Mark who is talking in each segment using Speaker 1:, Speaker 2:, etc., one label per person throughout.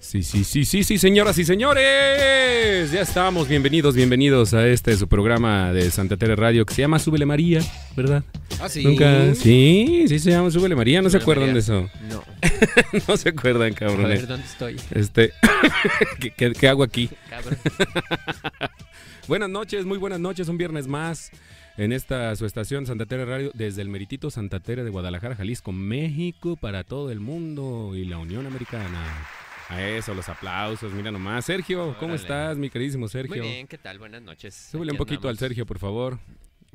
Speaker 1: Sí, sí, sí, sí, sí, señoras y señores. Ya estamos, bienvenidos, bienvenidos a este su programa de Santa Tere Radio que se llama Súbele María, ¿verdad?
Speaker 2: Ah, sí.
Speaker 1: Nunca. Sí, sí se llama Súbele María, no se
Speaker 2: Súbele
Speaker 1: acuerdan
Speaker 2: María.
Speaker 1: de eso.
Speaker 2: No.
Speaker 1: no se acuerdan,
Speaker 2: A ver,
Speaker 1: cabrones.
Speaker 2: ¿dónde estoy?
Speaker 1: Este, ¿qué- qué, qué hago aquí?
Speaker 2: Cabrón.
Speaker 1: Buenas noches, muy buenas noches, un viernes más en esta su estación Santa Tere Radio desde el meritito Santa Tere de Guadalajara, Jalisco, México para todo el mundo y la Unión Americana. A eso, los aplausos, mira nomás. Sergio, ¿cómo
Speaker 2: Órale.
Speaker 1: estás, mi queridísimo
Speaker 2: Muy
Speaker 1: Sergio?
Speaker 2: bien, ¿qué tal? Buenas noches.
Speaker 1: Súbele un
Speaker 2: Aquí
Speaker 1: poquito al
Speaker 2: andamos.
Speaker 1: Sergio, por favor.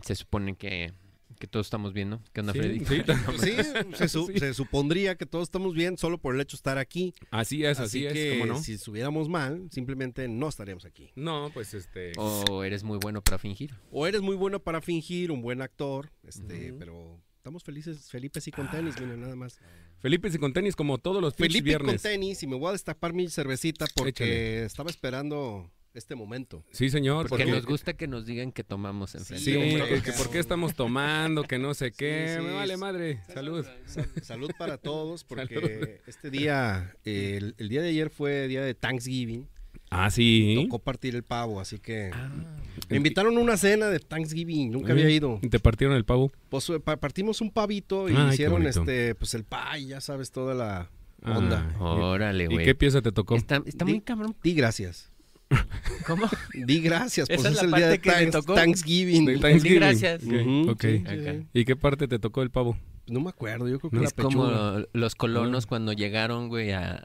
Speaker 2: Se supone que, que todos estamos bien, ¿no? ¿Qué onda,
Speaker 1: Sí,
Speaker 2: Freddy?
Speaker 1: sí,
Speaker 3: Pues sí, se, su-
Speaker 1: Sí.
Speaker 3: se supondría que todos estamos bien solo por el hecho de estar aquí.
Speaker 1: Así es, así,
Speaker 3: Así,
Speaker 1: es,
Speaker 3: que
Speaker 1: ¿cómo no?
Speaker 3: si estuviéramos mal, simplemente no estaríamos aquí.
Speaker 1: No, pues este...
Speaker 2: ¿O eres muy bueno para fingir?
Speaker 3: O eres muy bueno para fingir, un buen actor, este,
Speaker 1: Ujú.
Speaker 3: pero estamos felices, Felipe sí con tenis, mira nada más.
Speaker 1: Felipe y con tenis como todos los pinches
Speaker 3: Felipe con
Speaker 1: viernes.
Speaker 3: tenis y me voy a destapar mi cervecita porque
Speaker 1: Échale.
Speaker 3: estaba esperando este momento.
Speaker 1: Sí, señor.
Speaker 2: Porque
Speaker 1: porque-
Speaker 2: nos gusta que nos digan que tomamos enfrente.
Speaker 1: Sí,
Speaker 3: Sí,
Speaker 1: que-
Speaker 3: hombre.
Speaker 1: que por qué estamos tomando, que no sé qué.
Speaker 3: sí,
Speaker 1: Me vale
Speaker 3: es-
Speaker 1: madre. Salud.
Speaker 3: Sa- Salud para todos porque
Speaker 1: Salud.
Speaker 3: este día, eh, el, el día de ayer fue día de Thanksgiving,
Speaker 1: Ah, sí. Ah,
Speaker 3: tocó partir el pavo, así que me invitaron a una cena de Thanksgiving, nunca había
Speaker 1: Eh,
Speaker 3: ido.
Speaker 1: Te partieron el pavo.
Speaker 3: Pues eh, pa- partimos un pavito y
Speaker 1: Ay, qué
Speaker 3: hicieron
Speaker 1: bonito.
Speaker 3: este, pues el pay, ya sabes, toda la
Speaker 1: Ah,
Speaker 3: onda.
Speaker 2: Órale,
Speaker 1: ¿Y
Speaker 2: güey. Este,
Speaker 1: qué pieza te tocó?
Speaker 2: Está, está muy
Speaker 3: Di-
Speaker 2: cabrón.
Speaker 3: Di gracias.
Speaker 2: ¿Cómo?
Speaker 3: Di gracias, pues
Speaker 2: Esa es
Speaker 3: es,
Speaker 2: la
Speaker 3: el día de
Speaker 2: parte que me
Speaker 3: thanks-
Speaker 2: tocó.
Speaker 3: Thanksgiving.
Speaker 1: De Thanksgiving.
Speaker 2: gracias.
Speaker 1: Ok,
Speaker 3: Ujú,
Speaker 1: ok.
Speaker 3: sí, sí,
Speaker 2: Ok.
Speaker 3: sí.
Speaker 1: ¿Y qué parte te tocó el pavo?
Speaker 3: No me acuerdo, yo creo que
Speaker 1: No,
Speaker 3: la
Speaker 2: es como
Speaker 3: pechuga.
Speaker 2: los colonos cuando llegaron, güey, a,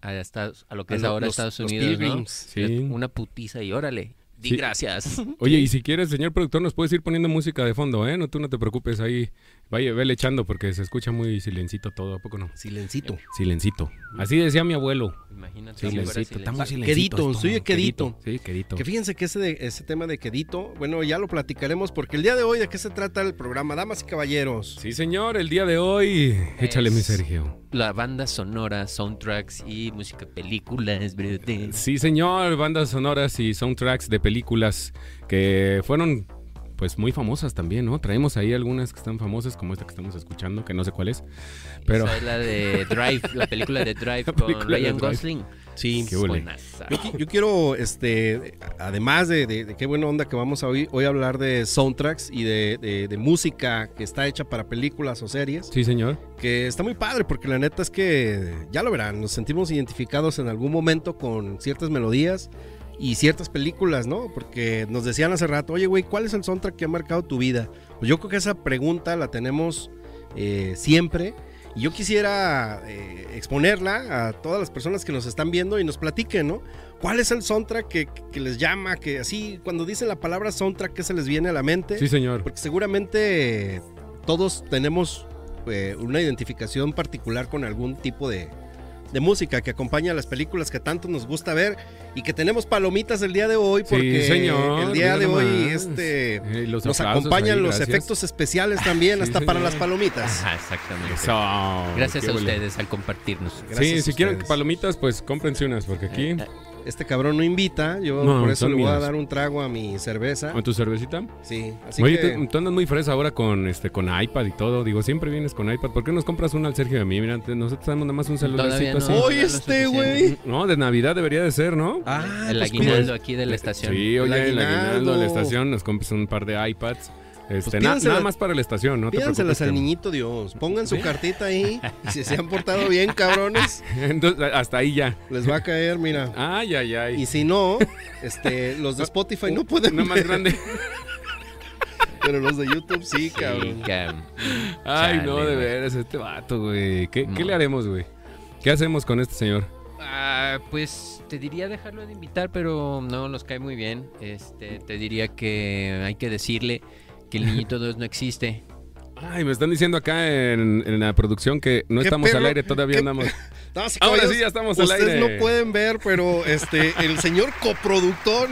Speaker 2: a, Estados- a lo que
Speaker 3: A
Speaker 2: es
Speaker 3: lo-
Speaker 2: ahora
Speaker 3: los-
Speaker 2: Estados
Speaker 3: los
Speaker 2: Unidos, ¿no?
Speaker 3: pilgrims.
Speaker 1: Sí.
Speaker 2: Una putiza y órale. Di
Speaker 1: Sí.
Speaker 2: gracias.
Speaker 1: Oye, y si quieres, señor productor, nos puedes ir poniendo música de fondo, ¿eh? No, tú no te preocupes ahí. Vaya, vele echando porque se escucha muy silencito todo, ¿a poco no?
Speaker 3: Silencito.
Speaker 1: Silencito. Así decía mi abuelo.
Speaker 2: Imagínate. si fuera
Speaker 1: Silencito. Está muy
Speaker 2: silencio.
Speaker 1: silencito.
Speaker 3: Quedito,
Speaker 1: esto.
Speaker 3: soy de quedito.
Speaker 1: Sí, quedito.
Speaker 3: Que fíjense que ese, de- ese tema de quedito, bueno, ya lo platicaremos porque el día de hoy, ¿de qué se trata el programa? Damas y caballeros.
Speaker 1: Sí, señor, el día de hoy. Échale, mi Sergio.
Speaker 2: La banda sonora, soundtracks y música de películas, brete.
Speaker 1: Sí, señor, bandas sonoras y soundtracks de películas que fueron pues muy famosas también, ¿no? Traemos ahí algunas que están famosas, como esta que estamos escuchando, que no sé cuál es. Pero
Speaker 2: Esa es la de Drive, la película de Drive
Speaker 1: La
Speaker 2: con
Speaker 1: película de
Speaker 2: Ryan
Speaker 1: Drive.
Speaker 2: Gosling.
Speaker 3: Sí.
Speaker 1: Qué ole.
Speaker 2: Buenaza.
Speaker 3: Yo, qui- yo quiero, este, además de, de- de qué buena onda que vamos a hoy, hoy hablar de soundtracks y de, de- de música que está hecha para películas o series,
Speaker 1: sí, señor.
Speaker 3: que está muy padre porque la neta es que, ya lo verán, nos sentimos identificados en algún momento con ciertas melodías y ciertas películas, ¿no? Porque nos decían hace rato, oye, güey, ¿cuál es el soundtrack que ha marcado tu vida? Pues yo creo que esa pregunta la tenemos eh, siempre. Y yo quisiera eh, exponerla a todas las personas que nos están viendo y nos platiquen, ¿no? ¿Cuál es el soundtrack que, que les llama? Que así, cuando dicen la palabra soundtrack, ¿qué se les viene a la mente?
Speaker 1: Sí, señor.
Speaker 3: Porque seguramente eh, todos tenemos eh, una identificación particular con algún tipo de, de música que acompaña a las películas que tanto nos gusta ver y que tenemos palomitas el día de hoy
Speaker 1: Sí,
Speaker 3: porque
Speaker 1: señor,
Speaker 3: el día
Speaker 1: mira
Speaker 3: de hoy
Speaker 1: nomás.
Speaker 3: este,
Speaker 1: Eh, los
Speaker 3: nos
Speaker 1: aplausos
Speaker 3: acompañan
Speaker 1: ahí,
Speaker 3: los
Speaker 1: gracias.
Speaker 3: efectos especiales también
Speaker 1: Sí,
Speaker 3: hasta para
Speaker 1: señor.
Speaker 3: las palomitas.
Speaker 2: Ajá, exactamente.
Speaker 1: Eso,
Speaker 2: Gracias
Speaker 1: qué
Speaker 2: a
Speaker 1: ole.
Speaker 2: ustedes al compartirnos.
Speaker 3: Gracias
Speaker 1: sí,
Speaker 3: a
Speaker 1: si quieren
Speaker 3: ustedes.
Speaker 1: palomitas, pues cómprense unas, porque aquí.
Speaker 2: Eh,
Speaker 3: Este cabrón no invita, yo
Speaker 1: No,
Speaker 3: por eso
Speaker 1: son
Speaker 3: le voy a
Speaker 1: mías.
Speaker 3: dar un trago a mi cerveza.
Speaker 1: ¿Con tu cervecita?
Speaker 3: Sí, así
Speaker 1: Oye,
Speaker 3: que
Speaker 1: tú- tú andas muy fresa ahora con este con iPad y todo. Digo, siempre vienes con iPad. ¿Por qué nos compras una al Sergio y a mí? Mira, te- nosotros tenemos nada más un
Speaker 2: Todavía
Speaker 1: celularcito
Speaker 2: no.
Speaker 1: así.
Speaker 3: Oye,
Speaker 2: no lo
Speaker 3: este,
Speaker 2: suficiente.
Speaker 3: güey.
Speaker 1: No, de Navidad debería de ser, ¿no?
Speaker 3: Ah,
Speaker 2: El
Speaker 3: pues,
Speaker 2: aguinaldo
Speaker 3: pues,
Speaker 2: aquí de la estación.
Speaker 1: Sí, oye, el
Speaker 3: El
Speaker 1: aguinaldo de la
Speaker 3: aguinaldo.
Speaker 1: estación, nos compras un par de iPads. Este, na-
Speaker 3: pídansela-
Speaker 1: nada más para la estación, ¿no? te
Speaker 3: Pídanselas
Speaker 1: preocupes
Speaker 3: al
Speaker 1: que-
Speaker 3: niñito Dios. Pongan su cartita ahí. Y si se han portado bien, cabrones,
Speaker 1: Entonces, a- hasta ahí ya.
Speaker 3: les va a caer, mira.
Speaker 1: Ay, ay, ay.
Speaker 3: Y si no, este, los de Spotify no pueden
Speaker 1: Una más
Speaker 3: ver,
Speaker 1: grande.
Speaker 3: pero los de YouTube
Speaker 2: Sí,
Speaker 3: sí, cabrón.
Speaker 2: cabrón.
Speaker 1: Ay,
Speaker 2: Chale,
Speaker 1: no, de
Speaker 2: güey.
Speaker 1: veras, este vato, güey. ¿Qué, qué
Speaker 2: No.
Speaker 1: le haremos, güey? ¿Qué hacemos con este señor?
Speaker 2: Ah, pues te diría dejarlo de invitar, pero no nos cae muy bien. Este, te diría que hay que decirle que el niñito 2 no existe.
Speaker 1: Ay, me están diciendo acá en, en la producción que no
Speaker 3: ¿Qué
Speaker 1: estamos al
Speaker 3: perro?
Speaker 1: aire, todavía
Speaker 3: ¿Qué-
Speaker 1: andamos.
Speaker 3: Damas y
Speaker 1: Ahora
Speaker 3: caballeros,
Speaker 1: sí, ya estamos al aire.
Speaker 3: Ustedes no pueden ver, pero este, el señor coproductor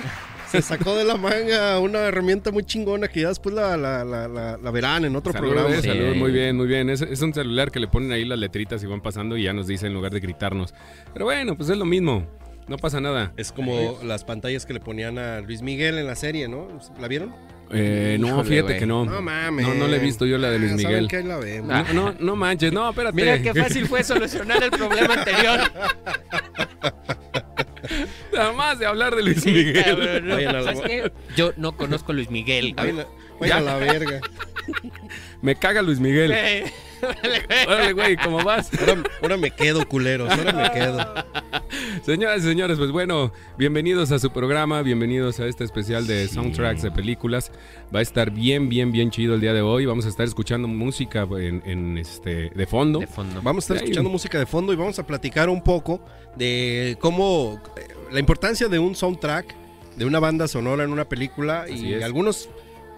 Speaker 3: se sacó de la manga una herramienta muy chingona que ya después la, la, la, la- la verán en otro
Speaker 1: Salud,
Speaker 3: programa.
Speaker 1: eh,
Speaker 2: Sí,
Speaker 1: salud,
Speaker 2: ahí.
Speaker 1: muy bien, muy bien. Es, es un celular que le ponen ahí las letritas y van pasando y ya nos dice en lugar de gritarnos. Pero bueno, pues es lo mismo. No pasa nada.
Speaker 3: Es como las pantallas que le ponían a Luis Miguel en la serie, ¿no? ¿La vieron?
Speaker 1: Eh, no,
Speaker 2: Híjole,
Speaker 1: fíjate
Speaker 2: güey.
Speaker 1: que no.
Speaker 3: No mames.
Speaker 1: No, no la he visto yo la de Luis
Speaker 3: Ah,
Speaker 1: Miguel.
Speaker 3: ¿Saben que ahí la vemos?
Speaker 1: No, no, no manches, no, espérate.
Speaker 2: Mira qué fácil fue solucionar el problema anterior.
Speaker 1: Nada más de hablar de Luis Miguel.
Speaker 2: Cabrón, no,
Speaker 3: Vayan a la-
Speaker 2: ¿sabes qué? Yo no conozco a Luis Miguel. güey.
Speaker 3: Vayan a- vayan a la verga.
Speaker 1: Me caga Luis Miguel.
Speaker 2: Eh, órale, güey.
Speaker 1: Órale, güey, ¿cómo vas?
Speaker 3: Ahora, ahora me quedo, culeros. Ahora me quedo.
Speaker 1: Señoras y señores, pues bueno, bienvenidos a su programa, bienvenidos a este especial de soundtracks de películas. Va a estar bien, bien, bien chido el día de hoy. Vamos a estar escuchando música en, en, este de fondo.
Speaker 2: De fondo.
Speaker 3: Vamos a estar escuchando música de fondo y vamos a platicar un poco de cómo. eh, La importancia de un soundtrack, de una banda sonora en una película
Speaker 1: Así
Speaker 3: y
Speaker 1: es.
Speaker 3: algunos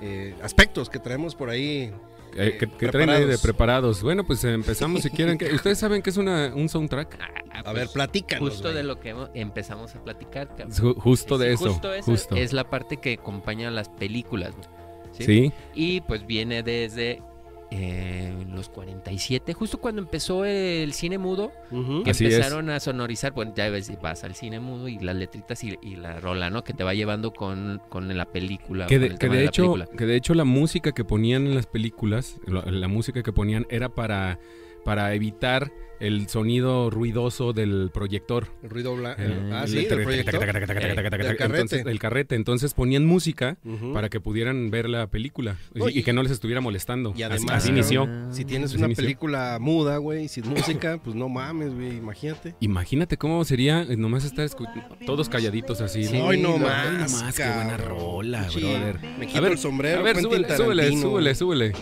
Speaker 3: eh, aspectos que traemos por ahí.
Speaker 1: Eh, ¿Qué, qué traen ahí de preparados? Bueno, pues empezamos si quieren. que- ¿Ustedes saben qué es una, un soundtrack?
Speaker 2: Ah,
Speaker 3: A
Speaker 2: pues,
Speaker 3: ver, platícanos.
Speaker 2: Justo
Speaker 3: güey.
Speaker 2: de lo que hemo- empezamos a platicar. cabrón.
Speaker 1: Ju- Justo de
Speaker 2: Sí,
Speaker 1: eso.
Speaker 2: Justo esa
Speaker 1: Justo.
Speaker 2: es la parte que acompaña a las películas. güey. ¿sí?
Speaker 1: Sí,
Speaker 2: Y pues viene desde eh, los 47, justo cuando empezó el cine mudo,
Speaker 3: Ujú.
Speaker 2: que
Speaker 1: Así es.
Speaker 2: empezaron a sonorizar. Bueno, ya ves, vas al cine mudo y las letritas y, y la rola, ¿no? Que te va llevando con, con la película.
Speaker 1: que
Speaker 2: con
Speaker 1: de,
Speaker 2: el
Speaker 1: que
Speaker 2: tema
Speaker 1: de
Speaker 2: la
Speaker 1: hecho,
Speaker 2: película.
Speaker 1: que de hecho la música que ponían en las películas, lo- la música que ponían era para, para evitar el sonido ruidoso del proyector.
Speaker 3: El ruido blanco.
Speaker 1: El-
Speaker 3: Ah,
Speaker 1: el-
Speaker 3: sí,
Speaker 1: taca,
Speaker 3: el
Speaker 1: taca,
Speaker 3: proyector.
Speaker 1: taca, taca, taca,
Speaker 2: Eh,
Speaker 1: taca, taca,
Speaker 3: del
Speaker 1: taca. Entonces,
Speaker 3: carrete.
Speaker 1: el carrete. Entonces ponían música
Speaker 3: Ujú.
Speaker 1: para que pudieran ver la película y,
Speaker 3: No, y-
Speaker 1: y que no les estuviera molestando.
Speaker 3: y
Speaker 1: Así-
Speaker 3: además,
Speaker 1: así,
Speaker 2: Ah.
Speaker 3: cabrón,
Speaker 1: inició.
Speaker 3: Si tienes
Speaker 1: Así
Speaker 3: una
Speaker 1: inició.
Speaker 3: película muda, güey, sin música, pues no mames, güey, imagínate.
Speaker 1: Imagínate cómo sería eh, nomás estar escu- todos calladitos así.
Speaker 2: Sí.
Speaker 1: ¿no?
Speaker 3: Ay, no
Speaker 1: Ay,
Speaker 3: más,
Speaker 1: nomás, qué buena
Speaker 3: cabrón.
Speaker 1: rola,
Speaker 3: Sí.
Speaker 1: brother.
Speaker 3: Me
Speaker 1: A
Speaker 3: quito
Speaker 1: ver,
Speaker 3: el sombrero.
Speaker 1: a ver,
Speaker 3: Quentin
Speaker 1: súbele, súbele,
Speaker 3: Tarantino.
Speaker 1: súbele, súbele.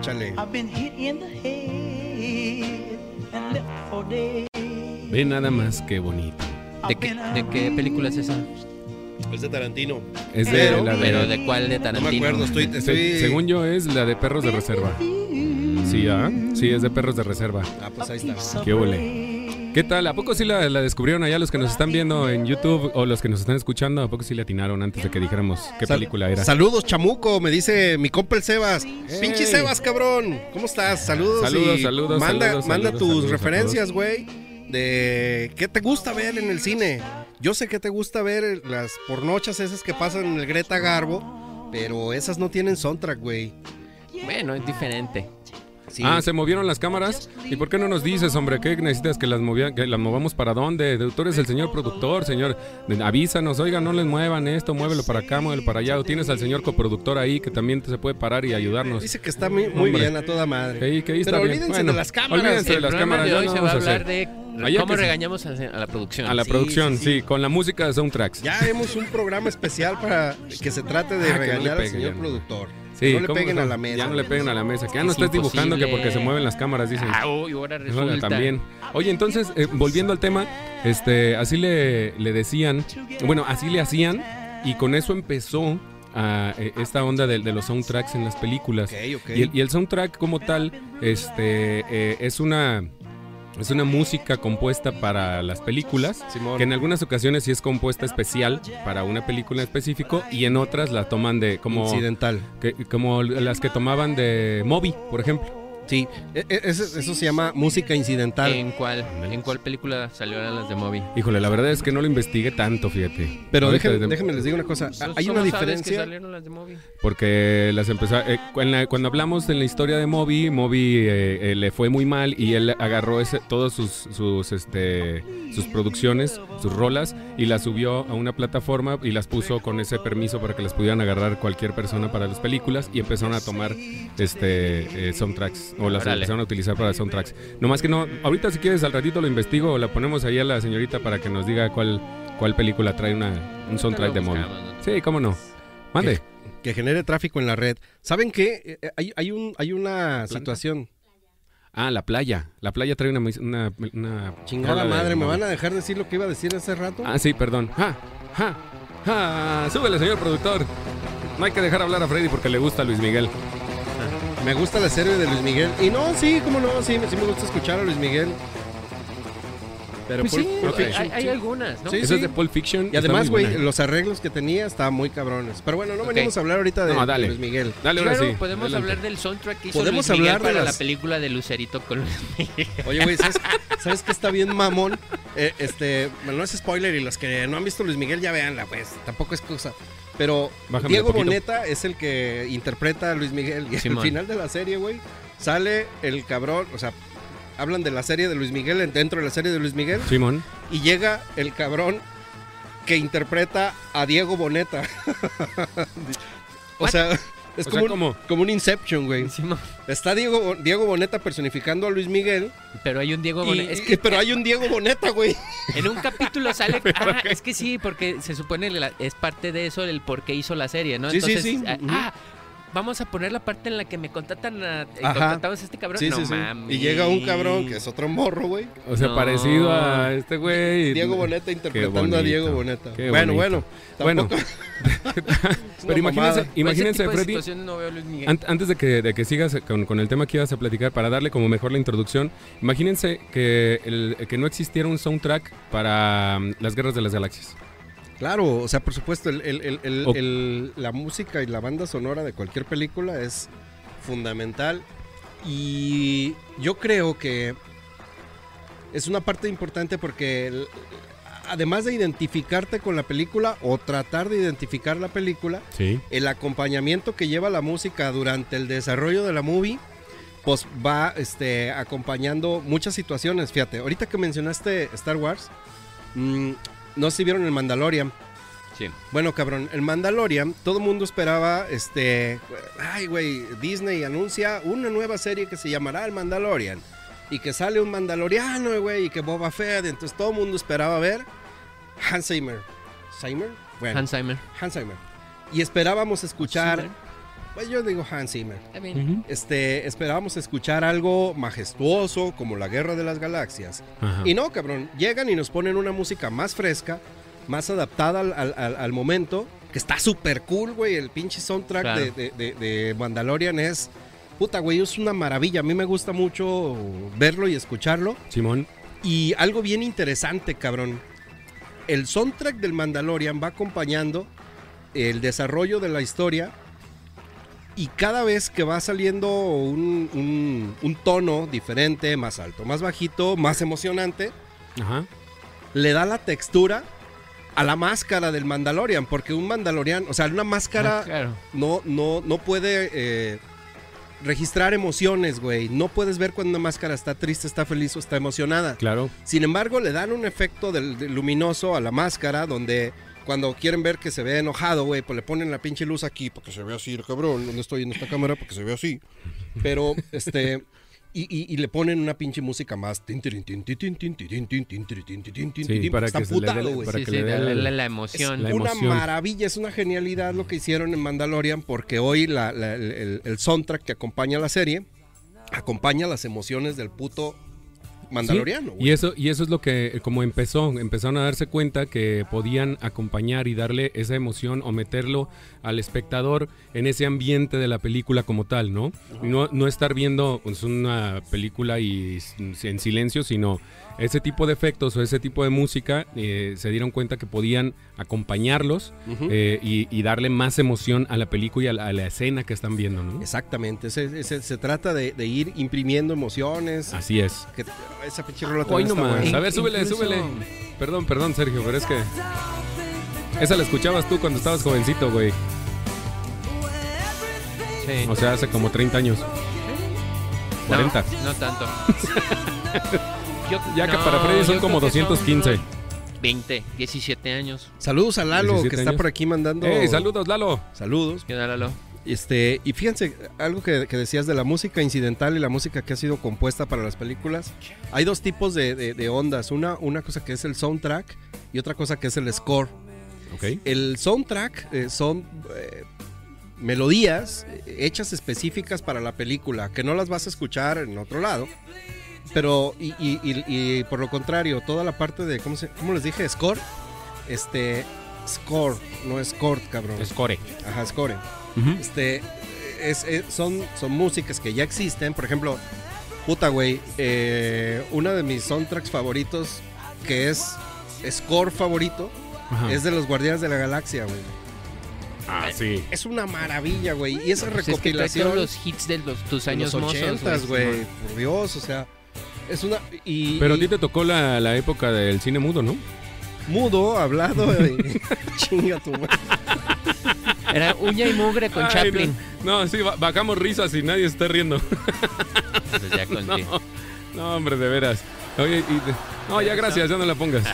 Speaker 3: Chale.
Speaker 4: I've been hit in the head and left for dead.
Speaker 1: Ve nada más qué bonito.
Speaker 4: I've
Speaker 2: ¿De qué,
Speaker 4: been
Speaker 2: de qué película es esa?
Speaker 3: Es de Tarantino.
Speaker 1: Es de
Speaker 3: Pero-
Speaker 1: la de,
Speaker 2: Pero de cuál de
Speaker 3: No
Speaker 2: Tarantino.
Speaker 3: me acuerdo, estoy.
Speaker 1: se-
Speaker 3: estoy-
Speaker 1: según yo es la de Perros de Reserva. Sí, ¿ah? Sí, es de Perros de Reserva.
Speaker 3: Ah, pues ahí está.
Speaker 1: ¿Qué huele? ¿Qué tal? ¿A poco sí la, la descubrieron allá los que nos están viendo en YouTube o los que nos están escuchando? ¿A poco sí le atinaron antes de que dijéramos qué
Speaker 3: Sal-
Speaker 1: película era?
Speaker 3: Saludos, chamuco, me dice mi compa el Sebas. Pinche
Speaker 1: Ey.
Speaker 3: Sebas, cabrón. ¿Cómo estás? Saludos.
Speaker 1: Saludos,
Speaker 3: y
Speaker 1: saludos,
Speaker 3: Manda,
Speaker 1: saludos,
Speaker 3: manda
Speaker 1: saludos,
Speaker 3: tus
Speaker 1: saludos a
Speaker 3: referencias, güey. De qué te gusta ver en el cine. Yo sé que te gusta ver las pornochas esas que pasan en el Greta Garbo, pero esas no tienen soundtrack, güey.
Speaker 2: Bueno, es diferente.
Speaker 3: Sí.
Speaker 1: Ah, se movieron las cámaras. ¿Y por qué no nos dices, hombre, qué necesitas que las, movia- que las movamos para dónde? Tú eres el señor productor, señor. Avísanos, oiga, no les muevan esto, muévelo para acá, muévelo para allá. O tienes al señor coproductor ahí que también se puede parar y ayudarnos.
Speaker 3: Dice que está muy, muy
Speaker 1: Pues, Hombre.
Speaker 3: bien a toda madre.
Speaker 1: Que ahí- que ahí está
Speaker 3: Pero
Speaker 1: bien.
Speaker 3: olvídense
Speaker 1: Bueno,
Speaker 3: de las cámaras.
Speaker 1: olvídense de
Speaker 2: El
Speaker 1: las
Speaker 2: programa
Speaker 1: cámaras,
Speaker 2: de
Speaker 1: ya
Speaker 2: hoy
Speaker 1: no
Speaker 2: se va
Speaker 1: vamos
Speaker 2: a
Speaker 1: a hacer.
Speaker 2: hablar de
Speaker 1: Allá
Speaker 2: cómo
Speaker 1: que se-
Speaker 2: regañamos a, a la producción.
Speaker 1: A la
Speaker 3: Sí,
Speaker 1: producción,
Speaker 3: sí,
Speaker 1: sí,
Speaker 3: sí.
Speaker 1: con la música de soundtracks.
Speaker 3: Ya haremos un programa especial para que se trate de
Speaker 1: Ah, que no le
Speaker 3: regañar al
Speaker 1: peguen,
Speaker 3: señor
Speaker 1: ya no.
Speaker 3: productor.
Speaker 1: Sí,
Speaker 3: no le
Speaker 1: ¿cómo
Speaker 3: peguen
Speaker 1: no?
Speaker 3: a la mesa.
Speaker 1: Ya no le peguen a la mesa. Que ya no
Speaker 2: Es
Speaker 1: estás dibujando que
Speaker 2: imposible.
Speaker 1: porque se mueven las cámaras, dicen.
Speaker 2: Ah, oh, y ahora resulta.
Speaker 1: Híjole, también. Oye, entonces, eh, volviendo al tema, este, así le, le decían, bueno, así le hacían, y con eso empezó ah, eh, esta onda de, de los soundtracks en las películas.
Speaker 3: Ok, ok.
Speaker 1: Y, el, y el soundtrack como tal, este, eh, es una... Es una música compuesta para las películas,
Speaker 3: Simón.
Speaker 1: que en algunas ocasiones sí es compuesta especial para una película en específico y en otras la toman de como,
Speaker 3: Incidental.
Speaker 1: que- como las que tomaban de Moby, por ejemplo.
Speaker 3: Sí, e- e- eso, eso se llama música incidental.
Speaker 2: ¿En cuál, ¿En cuál película salieron las de Moby?
Speaker 1: Híjole, la verdad es que no lo investigué tanto, fíjate.
Speaker 3: Pero
Speaker 1: Ahorita
Speaker 3: déjenme,
Speaker 1: de-
Speaker 3: déjenme les digo una cosa.
Speaker 2: ¿Cómo
Speaker 3: Hay una
Speaker 2: Pues, sabes que
Speaker 3: diferencia.
Speaker 2: salieron las de Moby?
Speaker 1: Pues Porque las empezó, eh, cu- en la- cuando hablamos de la historia de Moby, Moby eh, eh, le fue muy mal y él agarró ese- todos sus, sus, este, sus producciones, sus rolas, y las subió a una plataforma y las puso con ese permiso para que las pudieran agarrar cualquier persona para las películas y empezaron a tomar este eh, soundtracks o las
Speaker 2: Órale.
Speaker 1: empezaron a utilizar para soundtracks. No más que no, ahorita si quieres al ratito lo investigo o la ponemos ahí a la señorita para que nos diga cuál, cuál película trae una, un soundtrack de Moby. Sí, cómo no. Mande.
Speaker 3: Que genere tráfico en la red. ¿Saben qué? Eh, eh, Hay, hay, un, hay una situación.
Speaker 1: Ah, la playa. La playa trae una. mis- una, una
Speaker 3: Chingada
Speaker 1: rola de-
Speaker 3: madre, ¿me van a dejar decir lo que iba a decir hace rato?
Speaker 1: Ah, sí, perdón. Ja, ja, ja. Súbele, señor productor. No hay que dejar hablar a Freddy porque le gusta a Luis Miguel.
Speaker 3: Me gusta la serie de Luis Miguel. Y no, sí, cómo no, sí, sí me gusta escuchar a Luis Miguel. Pero
Speaker 2: Pues
Speaker 3: Pulp-
Speaker 2: sí,
Speaker 3: Pulp
Speaker 2: hay,
Speaker 3: Fiction,
Speaker 2: hay- hay
Speaker 3: sí.
Speaker 2: algunas, ¿no?
Speaker 3: Sí,
Speaker 1: Eso es de Pulp Fiction.
Speaker 3: Y
Speaker 1: está
Speaker 3: además,
Speaker 1: muy
Speaker 3: güey,
Speaker 1: buena.
Speaker 3: los arreglos que tenía estaban muy cabrones. Pero bueno, no
Speaker 2: Ok.
Speaker 3: venimos a hablar ahorita de,
Speaker 1: No, dale.
Speaker 3: de Luis Miguel.
Speaker 1: Dale, ahora
Speaker 2: Claro,
Speaker 1: sí.
Speaker 2: podemos
Speaker 1: adelante.
Speaker 2: hablar del soundtrack que hizo
Speaker 3: Podemos
Speaker 2: Luis Miguel
Speaker 3: hablar de
Speaker 2: para
Speaker 3: las-
Speaker 2: la película de Lucerito con
Speaker 3: Oye, güey, ¿sabes, sabes qué está bien mamón? Eh, este, bueno, no es spoiler y los que no han visto Luis Miguel ya véanla, pues, tampoco es cosa. Pero
Speaker 1: Bájame
Speaker 3: Diego
Speaker 1: poquito.
Speaker 3: Boneta es el que interpreta a Luis Miguel y al
Speaker 2: Simón.
Speaker 3: final de la serie, güey, sale el cabrón, o sea, hablan de la serie de Luis Miguel, dentro de la serie de Luis Miguel,
Speaker 1: Simón.
Speaker 3: y llega el cabrón que interpreta a Diego Boneta. o sea, es
Speaker 1: O sea,
Speaker 3: como, un-
Speaker 1: ¿cómo?
Speaker 3: como un Inception, güey.
Speaker 2: Encima.
Speaker 3: Está Diego, Bo- Diego Boneta personificando a Luis Miguel.
Speaker 2: Pero hay un Diego
Speaker 3: y-
Speaker 2: Boneta. Es
Speaker 3: y-
Speaker 2: que
Speaker 3: pero hay un Diego Boneta, güey.
Speaker 2: en un capítulo sale. Ah, es que sí, porque se supone la- es parte de eso el por qué hizo la serie, ¿no?
Speaker 3: Sí, sí, sí.
Speaker 2: ah,
Speaker 3: Ujú.
Speaker 2: ah, vamos a poner la parte en la que me contratan a. eh,
Speaker 3: Ajá.
Speaker 2: Contratamos a este cabrón.
Speaker 3: Sí,
Speaker 2: no
Speaker 3: sí, sí.
Speaker 2: mames.
Speaker 3: Y llega un cabrón que es otro morro, güey.
Speaker 1: O sea,
Speaker 2: No.
Speaker 1: parecido a este güey.
Speaker 3: Diego Boneta interpretando
Speaker 1: bonito,
Speaker 3: a Diego Boneta.
Speaker 1: qué
Speaker 3: Bueno,
Speaker 1: bonito.
Speaker 3: bueno.
Speaker 1: Bueno,
Speaker 3: tampoco- Es una
Speaker 1: pero imagínense,
Speaker 3: mamada.
Speaker 1: imagínense
Speaker 2: Por ese tipo de
Speaker 1: Freddy,
Speaker 2: situación no veo a Luis Miguel.
Speaker 1: Ant- Antes de que, de que sigas con, con el tema que ibas a platicar, para darle como mejor la introducción, imagínense que, el- que no existiera un soundtrack para mm, las guerras de las galaxias.
Speaker 3: Claro, o sea, por supuesto, el- el- el- el-
Speaker 1: O-
Speaker 3: el- la música y la banda sonora de cualquier película es fundamental. Y yo creo que es una parte importante porque el- además de identificarte con la película o tratar de identificar la película,
Speaker 1: Sí.
Speaker 3: el acompañamiento que lleva la música durante el desarrollo de la movie, pues va este, acompañando muchas situaciones. Fíjate, ahorita que mencionaste Star Wars, mm, no sé si vieron el Mandalorian.
Speaker 2: Sí.
Speaker 3: Bueno, cabrón, el Mandalorian, todo el mundo esperaba, este, ay, güey, Disney anuncia una nueva serie que se llamará El Mandalorian. Y que sale un mandaloriano, güey, y que Boba Fett, entonces todo el mundo esperaba ver Hans Zimmer. ¿Zimmer? Bueno,
Speaker 2: Hans Zimmer.
Speaker 3: Hans Zimmer. Y esperábamos escuchar,
Speaker 2: Zimmer. ¿Mm?
Speaker 3: pues yo digo Hans Zimmer.
Speaker 2: Está bien.
Speaker 3: Este, esperábamos escuchar algo majestuoso como la Guerra de las Galaxias.
Speaker 2: Ah.
Speaker 1: Ajá.
Speaker 3: Y no, cabrón, llegan y nos ponen una música más fresca, más adaptada al, al- al- al momento, que está súper cool, güey. El pinche soundtrack
Speaker 2: Claro.
Speaker 3: de, de- de- de Mandalorian es, puta, güey, es una maravilla. A mí me gusta mucho verlo y escucharlo.
Speaker 1: Simón.
Speaker 3: Y algo bien interesante, cabrón. El soundtrack del Mandalorian va acompañando el desarrollo de la historia. Y cada vez que va saliendo un, un- un tono diferente, más alto, más bajito, más emocionante,
Speaker 1: Ajá.
Speaker 3: le da la textura a la máscara del Mandalorian. Porque un Mandalorian, o sea, una
Speaker 2: Ah,
Speaker 3: máscara
Speaker 2: claro.
Speaker 3: no, no, no puede eh, registrar emociones, güey. No puedes ver cuando una máscara está triste, está feliz o está emocionada.
Speaker 1: Claro.
Speaker 3: Sin embargo, le dan un efecto del, del luminoso a la máscara, donde cuando quieren ver que se ve enojado, güey, pues le ponen la pinche luz aquí para que se vea así, cabrón. No estoy en esta cámara para que se vea así. Pero, este. Y, y- y le ponen una pinche música más. tin, tirin, tin, tin, tin, tin, tirin, tin, tin, tirin, tin, tin, tin, tin,
Speaker 1: Sí,
Speaker 3: tin,
Speaker 1: para
Speaker 3: está
Speaker 1: que se le dé
Speaker 3: emputado,
Speaker 1: la-
Speaker 3: güey.
Speaker 1: para
Speaker 2: sí,
Speaker 1: que
Speaker 2: sí,
Speaker 1: le dé
Speaker 2: la,
Speaker 1: el-
Speaker 2: la- la
Speaker 3: Es
Speaker 2: emoción.
Speaker 1: la-
Speaker 3: una
Speaker 1: emoción.
Speaker 3: maravilla, es una genialidad lo que hicieron en Mandalorian, porque hoy la- la- el, el- el soundtrack que acompaña la serie acompaña las emociones del puto mandaloriano.
Speaker 1: Sí,
Speaker 3: güey.
Speaker 1: Y eso, y eso es lo que, eh, como empezó, empezaron a darse cuenta que podían acompañar y darle esa emoción o meterlo al espectador en ese ambiente de la película como tal, ¿no? Y no, no estar viendo pues, una película y s- en silencio, sino ese tipo de efectos o ese tipo de música, eh, se dieron cuenta que podían acompañarlos
Speaker 3: Ujú.
Speaker 1: eh, y, y darle más emoción a la película y a la, a la escena que están viendo, ¿no?
Speaker 3: Exactamente, se, se- se trata de, de ir imprimiendo emociones.
Speaker 1: Así es.
Speaker 3: que- esa pinche rola
Speaker 1: Hoy
Speaker 3: también está
Speaker 1: nomás.
Speaker 3: buena.
Speaker 1: A ver, súbele,
Speaker 2: Incluso-
Speaker 1: súbele. Perdón, perdón, Sergio, pero es que. Esa la escuchabas tú cuando estabas jovencito, güey.
Speaker 2: Sí.
Speaker 1: O sea, hace como 30 años. 40.
Speaker 2: No, no tanto. Yo-
Speaker 1: Ya que
Speaker 2: no,
Speaker 1: para Freddy son
Speaker 2: yo
Speaker 1: como
Speaker 2: creo que son
Speaker 1: 215.
Speaker 2: unos 20, 17 años.
Speaker 3: Saludos a Lalo, que
Speaker 1: 17
Speaker 3: está
Speaker 1: años.
Speaker 3: por aquí mandando.
Speaker 1: ¡Ey, saludos, Lalo!
Speaker 3: Saludos.
Speaker 2: ¿Qué onda, Lalo?
Speaker 3: Este, y fíjense, algo que, que decías de la música incidental y la música que ha sido compuesta para las películas. Hay dos tipos de, de- de ondas. Una, una cosa que es el soundtrack y otra cosa que es el score.
Speaker 1: Ok.
Speaker 3: El soundtrack eh, son eh, melodías eh, hechas específicas para la película, que no las vas a escuchar en otro lado. Pero, y, y- y- y por lo contrario, toda la parte de, ¿cómo, se- cómo les dije? Score. Este, score, no es score, cabrón.
Speaker 1: Score.
Speaker 3: Ajá, score. Este, es, es- son, son músicas que ya existen. Por ejemplo, puta, güey, eh, uno de mis soundtracks favoritos, que es score favorito,
Speaker 1: Ajá.
Speaker 3: es de los Guardianes de la Galaxia, güey.
Speaker 1: Ah, sí.
Speaker 3: Es una maravilla, güey. Y esa
Speaker 2: Pues es que trae todos
Speaker 3: recopilación
Speaker 2: los hits de los, tus
Speaker 3: de
Speaker 2: años
Speaker 3: los
Speaker 2: mozos.
Speaker 3: ochentas, güey.
Speaker 2: Simón.
Speaker 3: Por Dios, o sea, es una y,
Speaker 1: Pero a
Speaker 3: y
Speaker 1: ti te tocó la, la época del cine mudo, ¿no?
Speaker 3: mudo, hablado, y- chinga tu madre.
Speaker 2: Era uña y mugre con
Speaker 1: Ay,
Speaker 2: Chaplin.
Speaker 1: No, no, sí, ba- bajamos risas y nadie está riendo.
Speaker 2: Pues ya con-
Speaker 1: No, hombre, de veras. Oye, y de- No, ya gracias, ya no la pongas.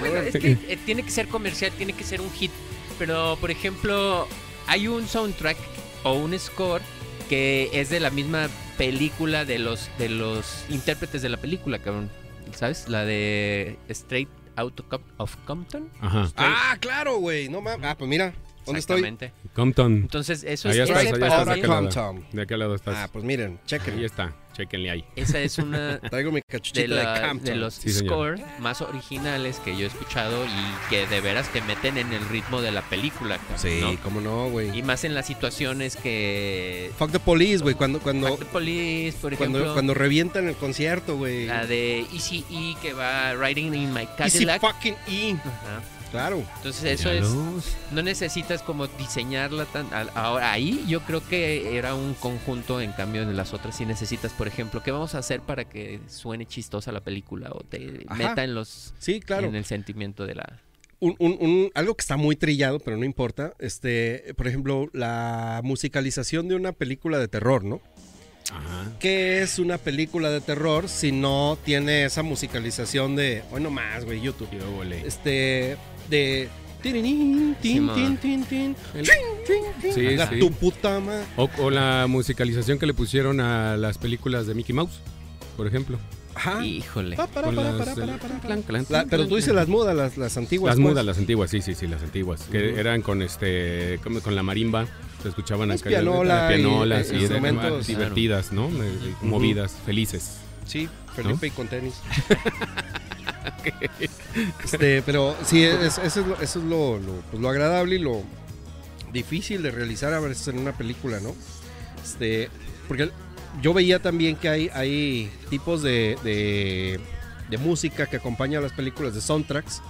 Speaker 2: Bueno, es que eh, tiene que ser comercial, tiene que ser un hit. Pero, por ejemplo, hay un soundtrack o un score que es de la misma película de los de los intérpretes de la película, cabrón. ¿Sabes? La de Straight Out of Compton.
Speaker 1: Ajá.
Speaker 3: Ah, claro, güey. No mames. Ah, pues mira, ¿dónde estoy?
Speaker 2: Exactamente.
Speaker 1: Compton.
Speaker 2: Entonces, eso
Speaker 1: Ahí
Speaker 2: es,
Speaker 1: estás,
Speaker 2: ese
Speaker 1: ahí
Speaker 2: para
Speaker 1: estás,
Speaker 2: mí-
Speaker 1: acá. Claro.
Speaker 3: Compton.
Speaker 1: ¿De aquel lado estás?
Speaker 3: Ah, pues miren,
Speaker 1: Ahí
Speaker 3: chequen.
Speaker 1: está, chequenle ahí.
Speaker 2: esa es una
Speaker 3: Traigo mi
Speaker 2: de,
Speaker 3: cachuchita de,
Speaker 2: la-
Speaker 3: Compton.
Speaker 2: de los
Speaker 1: Sí, señor.
Speaker 2: scores más originales que yo he escuchado y que de veras te meten en el ritmo de la película. cabrón,
Speaker 3: Sí,
Speaker 2: ¿no?
Speaker 3: cómo no, güey.
Speaker 2: Y más en las situaciones que
Speaker 3: Fuck the police, güey. Cuando, cuando,
Speaker 2: Fuck the Police, por ejemplo,
Speaker 3: cuando, cuando revientan el concierto, güey.
Speaker 2: la de Easy E que va Riding in My
Speaker 3: Easy
Speaker 2: Cadillac.
Speaker 3: fucking E.
Speaker 2: Ajá.
Speaker 3: Claro.
Speaker 2: Entonces eso es, no necesitas como diseñarla tan al- ahora ahí yo creo que era un conjunto en cambio en las otras sí necesitas, por ejemplo, qué vamos a hacer para que suene chistosa la película o te
Speaker 3: Ajá.
Speaker 2: meta en los
Speaker 3: Sí, claro.
Speaker 2: en el sentimiento de la
Speaker 3: un, un- un- algo que está muy trillado, pero no importa. Este, por ejemplo, la musicalización de una película de terror, ¿no?
Speaker 1: Ajá.
Speaker 3: ¿Qué es una película de terror si no tiene esa musicalización de, hoy no más, güey, YouTube?
Speaker 1: Qué ole.
Speaker 3: Este, de tin, tin, tin,
Speaker 2: Simón.
Speaker 3: tin, tin,
Speaker 1: El-
Speaker 3: chin, chin, chin.
Speaker 1: Sí,
Speaker 3: Haga
Speaker 1: sí.
Speaker 3: tu puta madre.
Speaker 1: O, o la musicalización que le pusieron a las películas de Mickey Mouse, por ejemplo.
Speaker 3: Ajá.
Speaker 2: Híjole.
Speaker 3: Pa, para,
Speaker 1: Con
Speaker 3: para,
Speaker 1: las
Speaker 3: para,
Speaker 1: del-
Speaker 3: para, para, para.
Speaker 1: Clan, clan,
Speaker 3: La-
Speaker 1: clan,
Speaker 3: pero
Speaker 1: clan,
Speaker 3: tú dices
Speaker 1: clan.
Speaker 3: las mudas, las, las antiguas.
Speaker 1: Las
Speaker 3: pues.
Speaker 1: mudas, las antiguas, sí, sí, sí, las antiguas. Que
Speaker 3: Ujú.
Speaker 1: eran con este como con la marimba, se escuchaban
Speaker 3: Pues
Speaker 1: acá.
Speaker 3: pianola y-
Speaker 1: pianolas
Speaker 3: y
Speaker 1: y, eran
Speaker 3: instrumentos.
Speaker 1: divertidas, ¿no? Eh, Movidas, felices.
Speaker 3: Sí, Felipe y con tenis. este, pero sí, es- eso es, lo, eso es lo, lo, pues, lo agradable y lo difícil de realizar a veces en una película, ¿no? Este, porque yo veía también que hay, hay tipos de, de, de música que acompaña a las películas de soundtracks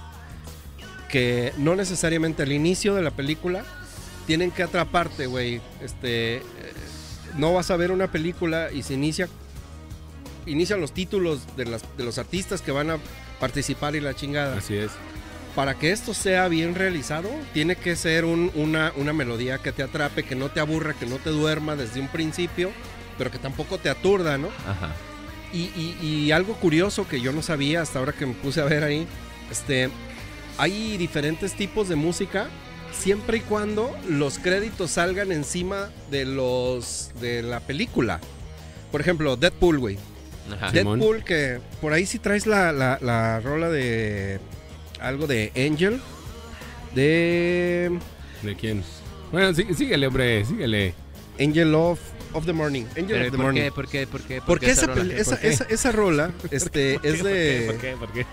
Speaker 3: que no necesariamente al inicio de la película tienen que atraparte, güey. Este, eh, no vas a ver una película y se inicia inician los títulos de, las, de los artistas que van a participar y la chingada.
Speaker 1: Así es.
Speaker 3: Para que esto sea bien realizado, tiene que ser un- una, una melodía que te atrape, que no te aburra, que no te duerma desde un principio, pero que tampoco te aturda, ¿no?
Speaker 2: Ajá.
Speaker 3: Y, y- y algo curioso que yo no sabía hasta ahora que me puse a ver ahí, este, hay diferentes tipos de música siempre y cuando los créditos salgan encima de los de la película. Por ejemplo, Deadpool, güey.
Speaker 2: Ajá.
Speaker 1: De-
Speaker 3: Deadpool, que por ahí sí traes la, la- la rola de algo de Angel. De
Speaker 1: ¿De quién? Bueno, sí- síguele, hombre, síguele.
Speaker 3: Angel of, of the Morning. Angel
Speaker 2: Pero,
Speaker 3: of the
Speaker 2: ¿por,
Speaker 3: Morning.
Speaker 2: qué, ¿Por qué? ¿Por qué? ¿Por
Speaker 3: Porque
Speaker 2: qué
Speaker 3: esa,
Speaker 2: rola?
Speaker 3: pel-
Speaker 2: ¿Por
Speaker 3: esa,
Speaker 2: qué?
Speaker 3: esa, esa rola este, es
Speaker 1: ¿Por
Speaker 3: de,
Speaker 1: qué? ¿Por qué?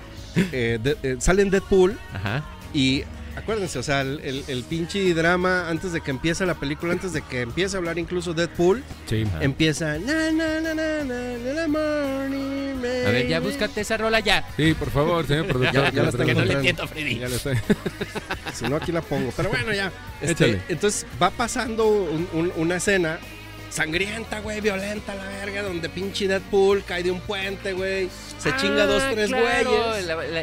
Speaker 3: eh, de- eh, Sale en Deadpool
Speaker 2: Ajá.
Speaker 3: y acuérdense, o sea, el, el- el pinche drama antes de que empiece la película, antes de que empiece a hablar incluso Deadpool,
Speaker 1: Sí.
Speaker 3: empieza... "Na, na, na, na, na, na, na, morning,
Speaker 2: A ver, ya
Speaker 3: baby".
Speaker 2: búscate esa rola ya.
Speaker 1: Sí, por favor, señor productor.
Speaker 3: Ya- ya la está
Speaker 2: Que no le
Speaker 3: encontrando.
Speaker 2: entiendo, Freddy.
Speaker 1: Ya lo estoy.
Speaker 3: Si no, aquí la pongo. Pero bueno, ya. Este,
Speaker 1: Échale.
Speaker 3: entonces va pasando un- un- una escena sangrienta, güey, violenta, la verga, donde pinche Deadpool cae de un puente, güey. Se
Speaker 2: Ah,
Speaker 3: chinga dos, tres güeyes.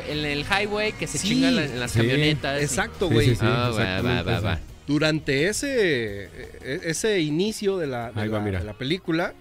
Speaker 2: En, el highway que se
Speaker 3: Sí,
Speaker 2: chinga la- en las
Speaker 1: sí,
Speaker 2: camionetas.
Speaker 3: Exacto,
Speaker 1: Sí,
Speaker 3: güey.
Speaker 1: sí, sí,
Speaker 2: Ah, va, va,
Speaker 1: exactamente
Speaker 2: va,
Speaker 1: eso.
Speaker 2: va.
Speaker 3: Durante ese, e- ese inicio de la, de
Speaker 1: Ahí va,
Speaker 3: la-
Speaker 1: mira.
Speaker 3: de la película.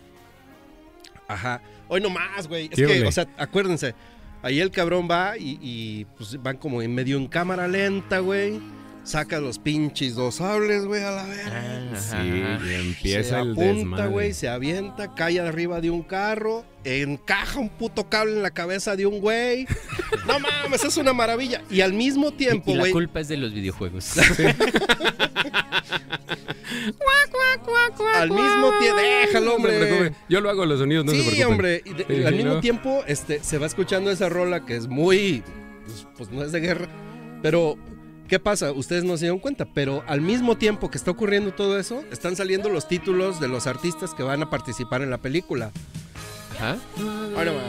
Speaker 3: Ajá. Hoy no más, güey. Es
Speaker 1: Sí,
Speaker 3: que,
Speaker 1: ole.
Speaker 3: o sea, acuérdense. Ahí el cabrón va y, y, pues, van como en medio en cámara lenta, güey. Saca los pinches dos sables, güey, a la verga.
Speaker 2: Ah, ajá,
Speaker 1: Sí,
Speaker 2: ajá.
Speaker 1: y empieza
Speaker 3: se
Speaker 1: el
Speaker 3: apunta,
Speaker 1: desmadre.
Speaker 3: güey, se avienta, cae arriba de un carro, encaja un puto cable en la cabeza de un güey. No mames, es una maravilla. Y al mismo tiempo,
Speaker 2: Y la
Speaker 3: güey,
Speaker 2: culpa es de los videojuegos.
Speaker 3: al mismo tiempo, déjalo,
Speaker 1: No se
Speaker 3: hombre.
Speaker 1: preocupe, Yo lo hago los sonidos, no se
Speaker 3: sí,
Speaker 1: preocupen.
Speaker 3: hombre. Y de- y
Speaker 1: Sí,
Speaker 3: al
Speaker 1: sí,
Speaker 3: mismo
Speaker 1: ¿no?
Speaker 3: tiempo, este, se va escuchando esa rola que es muy, pues, pues, no es de guerra, pero ¿qué pasa? Ustedes no se dieron cuenta, pero al mismo tiempo que está ocurriendo todo eso, están saliendo los títulos de los artistas que van a participar en la película.
Speaker 2: Ajá.
Speaker 3: Ahora más.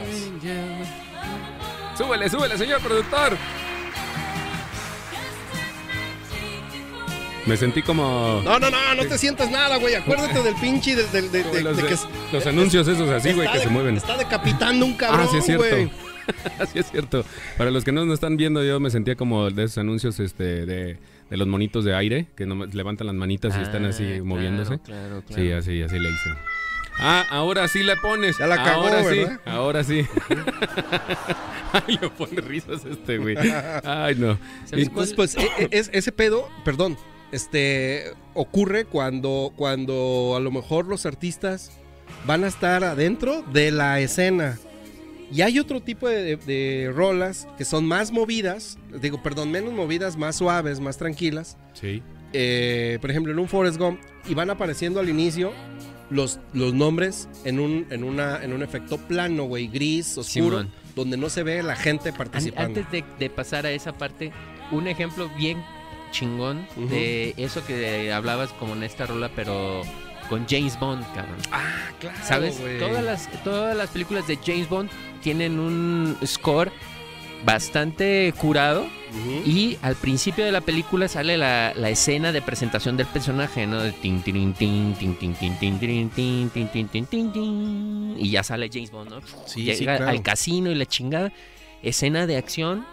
Speaker 1: Súbele, súbele, señor productor. Me sentí como
Speaker 3: No, no, no, no te sientas nada, güey. Acuérdate del pinche del, del- del-
Speaker 1: como
Speaker 3: de-
Speaker 1: los,
Speaker 3: de que
Speaker 1: de- los anuncios esos así, güey,
Speaker 3: está
Speaker 1: que se
Speaker 3: de-
Speaker 1: mueven.
Speaker 3: Está decapitando un cabrón,
Speaker 1: Ah, sí es cierto.
Speaker 3: güey.
Speaker 1: Así es cierto. Para los que no nos están viendo, yo me sentía como de esos anuncios este de, de los monitos de aire que nomás levantan las manitas y están así
Speaker 2: Ah,
Speaker 1: moviéndose.
Speaker 2: Claro, claro,
Speaker 1: Sí,
Speaker 2: claro.
Speaker 1: así, así le hice. Ah, ahora sí la pones.
Speaker 3: Ya la cagó,
Speaker 1: ahora sí.
Speaker 3: ¿verdad?
Speaker 1: Ahora sí. Ay, le pone risas este güey. Ay, no.
Speaker 2: ¿Sabes cuál?
Speaker 3: Entonces, pues, e- e- es- ese pedo, perdón, este ocurre cuando, cuando a lo mejor los artistas van a estar adentro de la escena. Y hay otro tipo de, de- de rolas que son más movidas, digo, perdón, menos movidas, más suaves, más tranquilas.
Speaker 1: Sí.
Speaker 3: Eh, por ejemplo, en un Forest Gump, y van apareciendo al inicio los, los nombres en un, en, una, en un efecto plano, güey, gris, oscuro,
Speaker 2: Simón.
Speaker 3: donde no se ve la gente
Speaker 2: An-
Speaker 3: participando.
Speaker 2: Antes de, de pasar a esa parte, un ejemplo bien chingón
Speaker 3: Ujú.
Speaker 2: de eso que hablabas como en esta rola, pero con James Bond, cabrón.
Speaker 3: ah, claro.
Speaker 2: ¿Sabes?
Speaker 3: güey.
Speaker 2: Todas las, todas las películas de James Bond tienen un score bastante curado
Speaker 3: Ujú.
Speaker 2: y al principio de la película sale la, la escena de presentación del personaje, ¿no? De tin, tirin, tin, tin, tin, tin, tin, tirin, tin, tin, tin, tin, tin, tin. y ya sale James Bond, ¿no?
Speaker 3: Sí,
Speaker 2: Llega
Speaker 3: sí, claro.
Speaker 2: al casino y la chingada. Escena de acción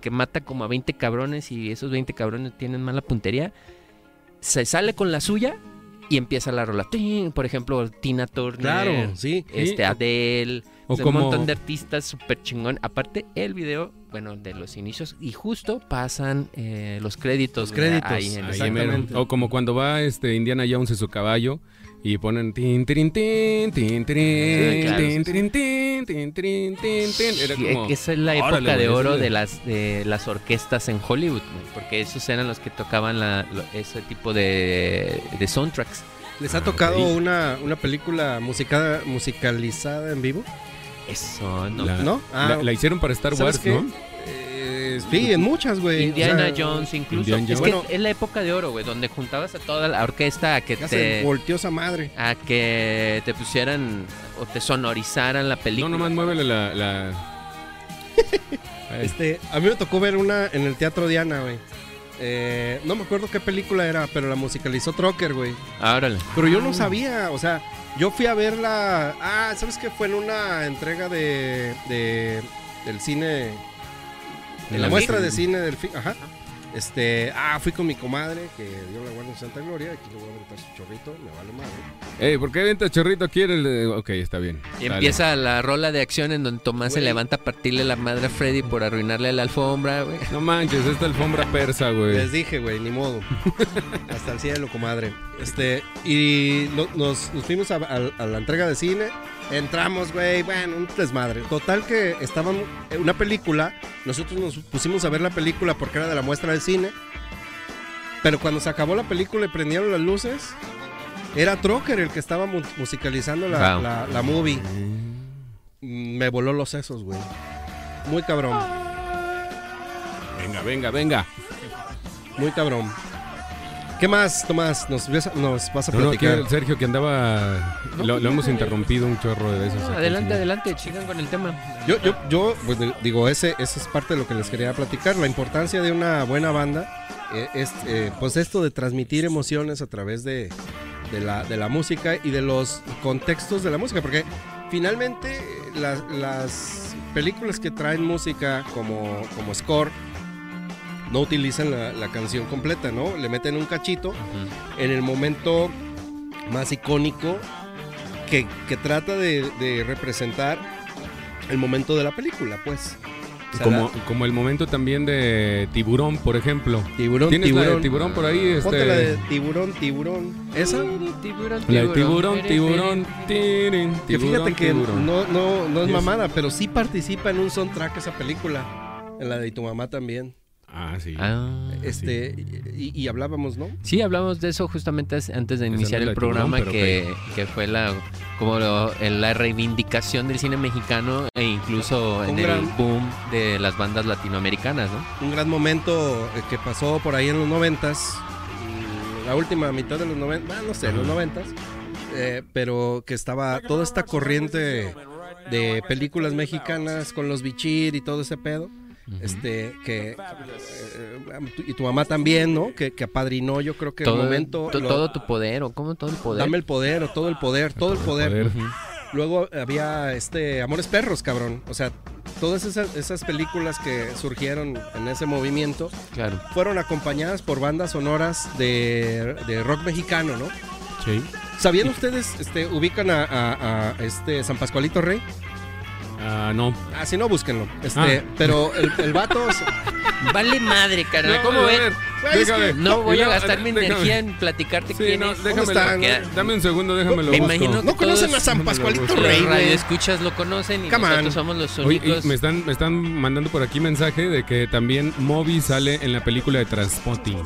Speaker 2: que mata como a 20 cabrones y esos 20 cabrones tienen mala puntería. Se sale con la suya y empieza la rola. Tin, Por ejemplo, Tina Turner,
Speaker 3: Claro, sí.
Speaker 2: este, Adele,
Speaker 1: O
Speaker 2: o sea,
Speaker 1: como-
Speaker 2: un montón de artistas súper chingón. Aparte, el video, bueno, de los inicios y justo pasan eh, los créditos.
Speaker 3: Los
Speaker 2: güey,
Speaker 3: créditos,
Speaker 2: ahí en el-
Speaker 1: Ahí
Speaker 3: Exactamente.
Speaker 1: mero. O como cuando va este Indiana Jones en su caballo y ponen tin tin tin tin tin
Speaker 2: Sí, claro.
Speaker 1: tin tin tin tin tin tin tin. Era
Speaker 2: Sí,
Speaker 1: como
Speaker 2: que esa es la época
Speaker 1: órale, güey,
Speaker 2: de
Speaker 1: eso
Speaker 2: oro
Speaker 1: es de-
Speaker 2: de las de las orquestas en Hollywood, güey, porque esos eran los que tocaban la- lo- ese tipo de, de soundtracks.
Speaker 3: ¿Les ha
Speaker 1: Ah,
Speaker 3: tocado
Speaker 1: ok.
Speaker 3: una, una película musicada, musicalizada en vivo?
Speaker 2: Eso, no.
Speaker 1: la,
Speaker 3: ¿no? Ah.
Speaker 1: la- la hicieron para Star
Speaker 3: ¿Sabes
Speaker 1: Wars,
Speaker 3: qué?
Speaker 1: ¿no?
Speaker 3: Eh, sí, en muchas, güey.
Speaker 2: Indiana
Speaker 3: O sea,
Speaker 2: Jones incluso.
Speaker 1: Indiana
Speaker 2: Es
Speaker 1: Jones.
Speaker 2: que
Speaker 3: Bueno.
Speaker 2: es la época de oro, güey, donde juntabas a toda la orquesta a que
Speaker 3: Ya se
Speaker 2: te
Speaker 3: volteó esa madre.
Speaker 2: a que te pusieran o te sonorizaran la
Speaker 1: No,
Speaker 2: película.
Speaker 1: nomás muévele la, la... Ahí.
Speaker 3: Este, a mí me tocó ver una en el Teatro Diana, güey. Eh, no me acuerdo qué película era, pero la musicalizó Trocker, güey.
Speaker 2: Ah, órale.
Speaker 3: Pero yo no sabía, o sea, yo fui a verla. Ah, ¿sabes qué? Fue en una entrega de, de- del cine.
Speaker 1: De
Speaker 3: En la
Speaker 1: la
Speaker 3: muestra
Speaker 1: FIC.
Speaker 3: de cine del FIC, ajá. Este, ah, fui con mi comadre, que Dios la guarde en Santa Gloria. Aquí le voy a aventar su chorrito, me vale madre.
Speaker 1: Ey, ¿por qué venta chorrito aquí en el de- Ok, está bien.
Speaker 2: Y
Speaker 1: Dale.
Speaker 2: empieza la rola de acción en donde Tomás se
Speaker 3: Güey.
Speaker 2: levanta a partirle la madre a Freddy por arruinarle la alfombra, güey.
Speaker 1: No manches, esta alfombra persa, güey.
Speaker 3: Les dije, güey, ni modo. Hasta el cielo, comadre. Este, y no- nos, nos fuimos a, a- a la entrega de cine. Entramos, güey, bueno, un desmadre. Total que estaban en una película. Nosotros nos pusimos a ver la película porque era de la muestra de cine. Pero cuando se acabó la película y prendieron las luces, era Trocker el que estaba mu- musicalizando la,
Speaker 2: Wow.
Speaker 3: la- la movie. Mm, Me voló los sesos, güey. Muy cabrón,
Speaker 1: Venga, venga, venga.
Speaker 3: muy cabrón. ¿Qué más, Tomás? ¿Nos, ves- nos vas a
Speaker 1: No, no,
Speaker 3: platicar?
Speaker 1: aquí el Sergio que andaba... Lo, lo hemos interrumpido un chorro de veces. aquí,
Speaker 2: adelante,
Speaker 1: señor.
Speaker 2: adelante, sigan con el tema.
Speaker 3: Yo, yo, yo, pues, de- digo, ese, esa es parte de lo que les quería platicar, la importancia de una buena banda, eh, es, eh, pues esto de transmitir emociones a través de, de la, de la música y de los contextos de la música, porque finalmente eh, las, las películas que traen música como, como score no utilizan la, la canción completa, ¿no? Le meten un cachito en el momento más icónico que, que trata de, de representar el momento de la película, pues. O sea,
Speaker 1: Como, como el momento también de Tiburón, por ejemplo.
Speaker 3: la- tiburón,
Speaker 1: ¿Tienes
Speaker 3: tiburón.
Speaker 1: la de Tiburón por ahí? Este...
Speaker 3: Ponte la de tiburón, tiburón. Esa.
Speaker 2: Tiburón,
Speaker 1: La de tiburón, tiburón, tirin, tiburón,
Speaker 3: Que fíjate que
Speaker 1: tiburón.
Speaker 3: no, no, no es
Speaker 1: Yes.
Speaker 3: mamada, pero sí participa en un soundtrack esa película. En la de tu mamá también.
Speaker 1: Ah, sí.
Speaker 2: Ah.
Speaker 3: Este, y, y hablábamos, ¿no?
Speaker 2: Sí, hablamos de eso justamente as- antes de
Speaker 1: Esa no
Speaker 2: iniciar
Speaker 1: es la
Speaker 2: el
Speaker 1: de tiburón,
Speaker 2: programa
Speaker 1: pero
Speaker 2: que, que fue la como lo- en la reivindicación del cine mexicano e incluso
Speaker 3: Un
Speaker 2: en el
Speaker 3: gran-
Speaker 2: boom de las bandas latinoamericanas, ¿no?
Speaker 3: un gran momento eh, que pasó por ahí en los noventas, mm, la última mitad de los noventas, no sé, los noventas, eh, pero que estaba toda esta corriente de películas mexicanas con los bichir y todo ese pedo, este, que, eh, eh, tu- y tu mamá también, ¿no? Que, que apadrinó, yo creo que el momento...
Speaker 2: to-
Speaker 3: lo-
Speaker 2: todo tu poder o cómo todo el poder.
Speaker 3: Dame el poder o todo el poder, todo el poder.
Speaker 1: Poder.
Speaker 3: Luego había este Amores Perros, cabrón. O sea, todas esas, esas películas que surgieron en ese movimiento
Speaker 2: Claro.
Speaker 3: fueron acompañadas por bandas sonoras de, de rock mexicano, ¿no?
Speaker 1: Sí.
Speaker 3: ¿Sabían ustedes, este, ubican a, a- a, este San Pascualito Rey?
Speaker 1: Ah, no.
Speaker 3: Ah, si no, búsquenlo. Este,
Speaker 1: Ah.
Speaker 3: pero el, el vato.
Speaker 2: Vale madre, carnal. ¿Cómo
Speaker 1: a
Speaker 2: ven?
Speaker 1: ver,
Speaker 3: Güey, es que
Speaker 1: déjame.
Speaker 2: No voy a
Speaker 1: No,
Speaker 2: gastar mi
Speaker 1: déjame.
Speaker 2: energía en platicarte
Speaker 1: Sí,
Speaker 2: quién
Speaker 1: no,
Speaker 2: es.
Speaker 1: déjamelo.
Speaker 3: está?
Speaker 2: Porque
Speaker 1: Dame un segundo, déjamelo.
Speaker 2: Me
Speaker 1: busco.
Speaker 2: imagino
Speaker 3: ¿No conocen a San
Speaker 1: Déjamelo
Speaker 3: Pascualito
Speaker 1: busco.
Speaker 2: los
Speaker 3: Rey? güey?
Speaker 2: radioescuchas lo conocen y
Speaker 3: Come on.
Speaker 2: nosotros somos los
Speaker 1: Oye,
Speaker 2: únicos.
Speaker 1: y me están, me están mandando por aquí mensaje de que también Moby sale en la película de Transpotting.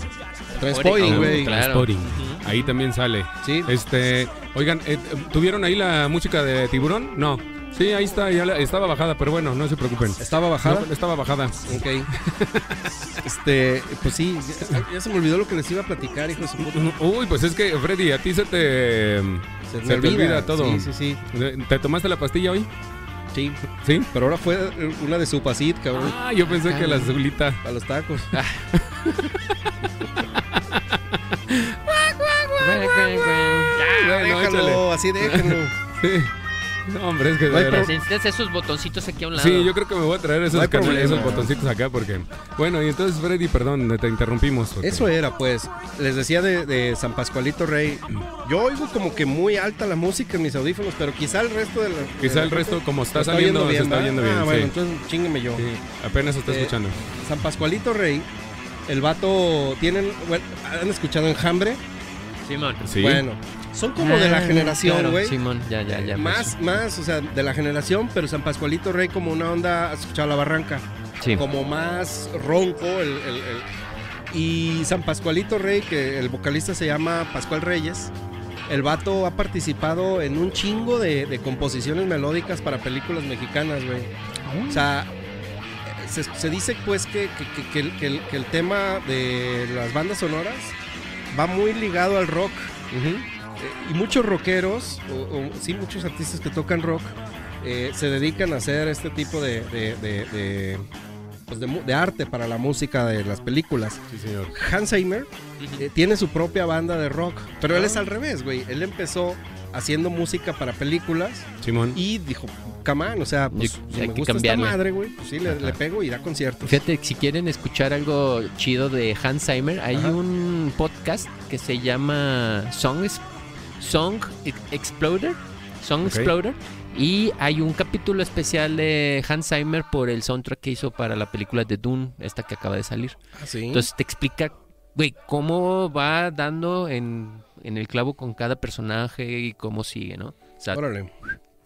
Speaker 3: Transporting,
Speaker 2: Ah,
Speaker 3: güey.
Speaker 2: claro.
Speaker 1: Transporting.
Speaker 2: Ujú.
Speaker 1: Ahí también sale.
Speaker 3: Sí.
Speaker 1: Este, oigan, eh, ¿tuvieron ahí la música de Tiburón? No. Sí, ahí está, ya la- estaba bajada, pero bueno, no se preocupen.
Speaker 3: ¿Estaba bajada?
Speaker 1: No, estaba bajada.
Speaker 3: Ok. este, pues sí, ya, ya se me olvidó lo que les iba a platicar, hijo de su puta.
Speaker 1: Uy, pues es que Freddy, a ti se te se te olvida todo.
Speaker 3: Sí, sí, sí.
Speaker 1: ¿Te tomaste la pastilla hoy?
Speaker 3: Sí.
Speaker 1: Sí.
Speaker 3: Pero ahora fue una de su pasit, cabrón.
Speaker 1: Ah, yo pensé que la azulita.
Speaker 3: Para los tacos.
Speaker 1: Bueno, échale.
Speaker 3: Ah, déjalo, así déjenlo.
Speaker 1: Sí. No, hombre, es que de
Speaker 3: No hay
Speaker 1: veras.
Speaker 2: Necesitas esos botoncitos aquí a un lado.
Speaker 1: Sí, yo creo que me voy a traer esos,
Speaker 3: No hay
Speaker 1: can-
Speaker 3: problema.
Speaker 1: esos botoncitos acá porque... Bueno, y entonces Freddy, perdón, te interrumpimos. porque-
Speaker 3: Eso era, pues. Les decía de, de San Pascualito Rey. Yo oigo como que muy alta la música en mis audífonos, pero quizá el resto de la. de
Speaker 1: Quizá
Speaker 3: la
Speaker 1: el resto,
Speaker 3: gente
Speaker 1: como está,
Speaker 3: lo
Speaker 1: saliendo,
Speaker 3: oyendo
Speaker 1: se está
Speaker 3: ¿verdad?
Speaker 1: yendo bien.
Speaker 3: Ah, bueno,
Speaker 1: sí.
Speaker 3: entonces chingueme yo.
Speaker 1: Sí, apenas se está
Speaker 3: Eh,
Speaker 1: escuchando.
Speaker 3: San Pascualito Rey, el vato. ¿Tienen. Bueno, ¿Han escuchado Enjambre?
Speaker 2: Simón.
Speaker 1: Sí.
Speaker 3: Bueno, son como de la
Speaker 2: Ah,
Speaker 3: generación,
Speaker 2: claro,
Speaker 3: güey.
Speaker 2: Simón, ya, ya, pues. ya.
Speaker 3: más, más, o sea, de la generación, pero San Pascualito Rey como una onda, ¿has escuchado la barranca?
Speaker 2: Sí.
Speaker 3: Como más ronco el, el- el- Y San Pascualito Rey, que el vocalista se llama Pascual Reyes, el vato ha participado en un chingo de, de composiciones melódicas para películas mexicanas, güey. O sea, se, se dice pues que, que- que- que el- que el- que el tema de las bandas sonoras va muy ligado al rock. Eh, y muchos rockeros, o, o sí, muchos artistas que tocan rock, eh, se dedican a hacer este tipo de, de, de- de, pues, de mu- de arte para la música de las películas.
Speaker 1: Sí, señor.
Speaker 3: Hans Zimmer eh, tiene su propia banda de rock, pero él es
Speaker 2: Ah.
Speaker 3: al revés, güey. Él empezó haciendo música para películas
Speaker 1: Simón.
Speaker 3: y dijo, camán, o sea, pues,
Speaker 2: Yo-
Speaker 3: si
Speaker 2: hay
Speaker 3: me
Speaker 2: que
Speaker 3: gusta esta
Speaker 2: cambiarle".
Speaker 3: madre, güey, pues sí, le,
Speaker 2: Ajá.
Speaker 3: le pego y da conciertos.
Speaker 2: Fíjate, si quieren escuchar algo chido de Hans Zimmer, hay
Speaker 3: Ajá.
Speaker 2: un podcast que se llama Song, Es- Song Ex- Exploder. Song
Speaker 1: Ok.
Speaker 2: Exploder. Y hay un capítulo especial de Hans Zimmer por el soundtrack que hizo para la película de Dune, esta que acaba de salir.
Speaker 3: Ah, sí.
Speaker 2: Entonces te explica, güey, cómo va dando en, en el clavo con cada personaje y cómo sigue, ¿no? O sea,
Speaker 3: órale,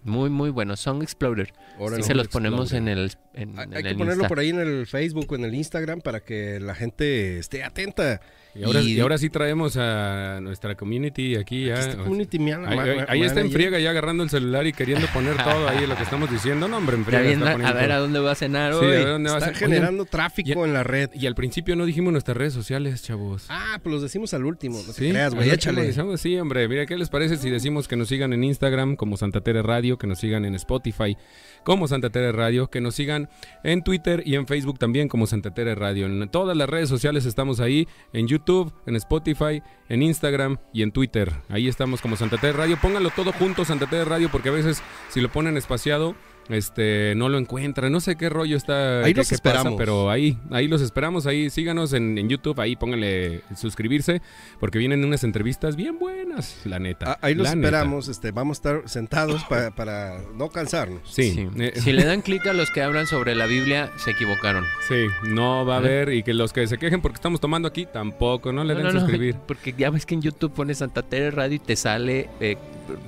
Speaker 2: muy, muy bueno. Song Exploder.
Speaker 3: órale.
Speaker 2: Sí, se los ponemos en el. en-
Speaker 3: Hay,
Speaker 2: en
Speaker 3: hay que
Speaker 2: el
Speaker 3: ponerlo
Speaker 2: Insta.
Speaker 3: por ahí en el Facebook o en el Instagram para que la gente esté atenta.
Speaker 1: Y ahora,
Speaker 3: y-
Speaker 1: y ahora sí traemos a nuestra community aquí ya.
Speaker 3: Aquí está Community Man-
Speaker 1: Ahí,
Speaker 3: Ma-
Speaker 1: ahí-
Speaker 3: Ma-
Speaker 1: ahí está en
Speaker 3: Manager.
Speaker 1: friega ya agarrando el celular y queriendo poner todo ahí lo que estamos diciendo. No, hombre, en
Speaker 2: Está
Speaker 1: friega.
Speaker 2: bien,
Speaker 1: está
Speaker 2: a- a
Speaker 1: poniendo
Speaker 2: ver a
Speaker 1: todo.
Speaker 2: dónde va a cenar
Speaker 1: Sí, a
Speaker 2: hoy.
Speaker 1: ver dónde vas.
Speaker 3: Está
Speaker 1: Oigan,
Speaker 3: generando tráfico en la red.
Speaker 1: Y al principio no dijimos nuestras redes sociales, chavos.
Speaker 3: Ah, pues los decimos al último. No te
Speaker 1: Sí,
Speaker 3: creas, güey.
Speaker 1: ahorita
Speaker 3: Échale.
Speaker 1: lo decimos, Sí, hombre, mira, ¿qué les parece si decimos que nos sigan en Instagram como Santa Tere Radio, que nos sigan en Spotify como Santa Tere Radio, que nos sigan en Twitter y en Facebook también como Santa Tere Radio? En todas las redes sociales estamos ahí, en YouTube, en Spotify, en Instagram y en Twitter. Ahí estamos como Santa Tere Radio. Pónganlo todo junto, Santa Tere Radio, porque a veces si lo ponen espaciado... Este, no lo encuentran, no sé qué rollo está.
Speaker 3: Ahí
Speaker 1: qué-
Speaker 3: los
Speaker 1: qué pasa,
Speaker 3: esperamos.
Speaker 1: pero ahí, ahí los esperamos, ahí síganos en, en YouTube, ahí pónganle suscribirse. Porque vienen unas entrevistas bien buenas, la neta.
Speaker 3: Ah, ahí los
Speaker 1: la neta.
Speaker 3: esperamos. Este, vamos a estar sentados pa- para no cansarnos.
Speaker 1: Sí,
Speaker 2: Sí.
Speaker 1: eh,
Speaker 2: Si le dan clic a los que hablan sobre la Biblia, se equivocaron.
Speaker 1: sí, no va a haber. Y que los que se quejen porque estamos tomando aquí, tampoco, no le den suscribir.
Speaker 2: porque ya ves que en YouTube pones Santa Tere Radio y te sale. eh,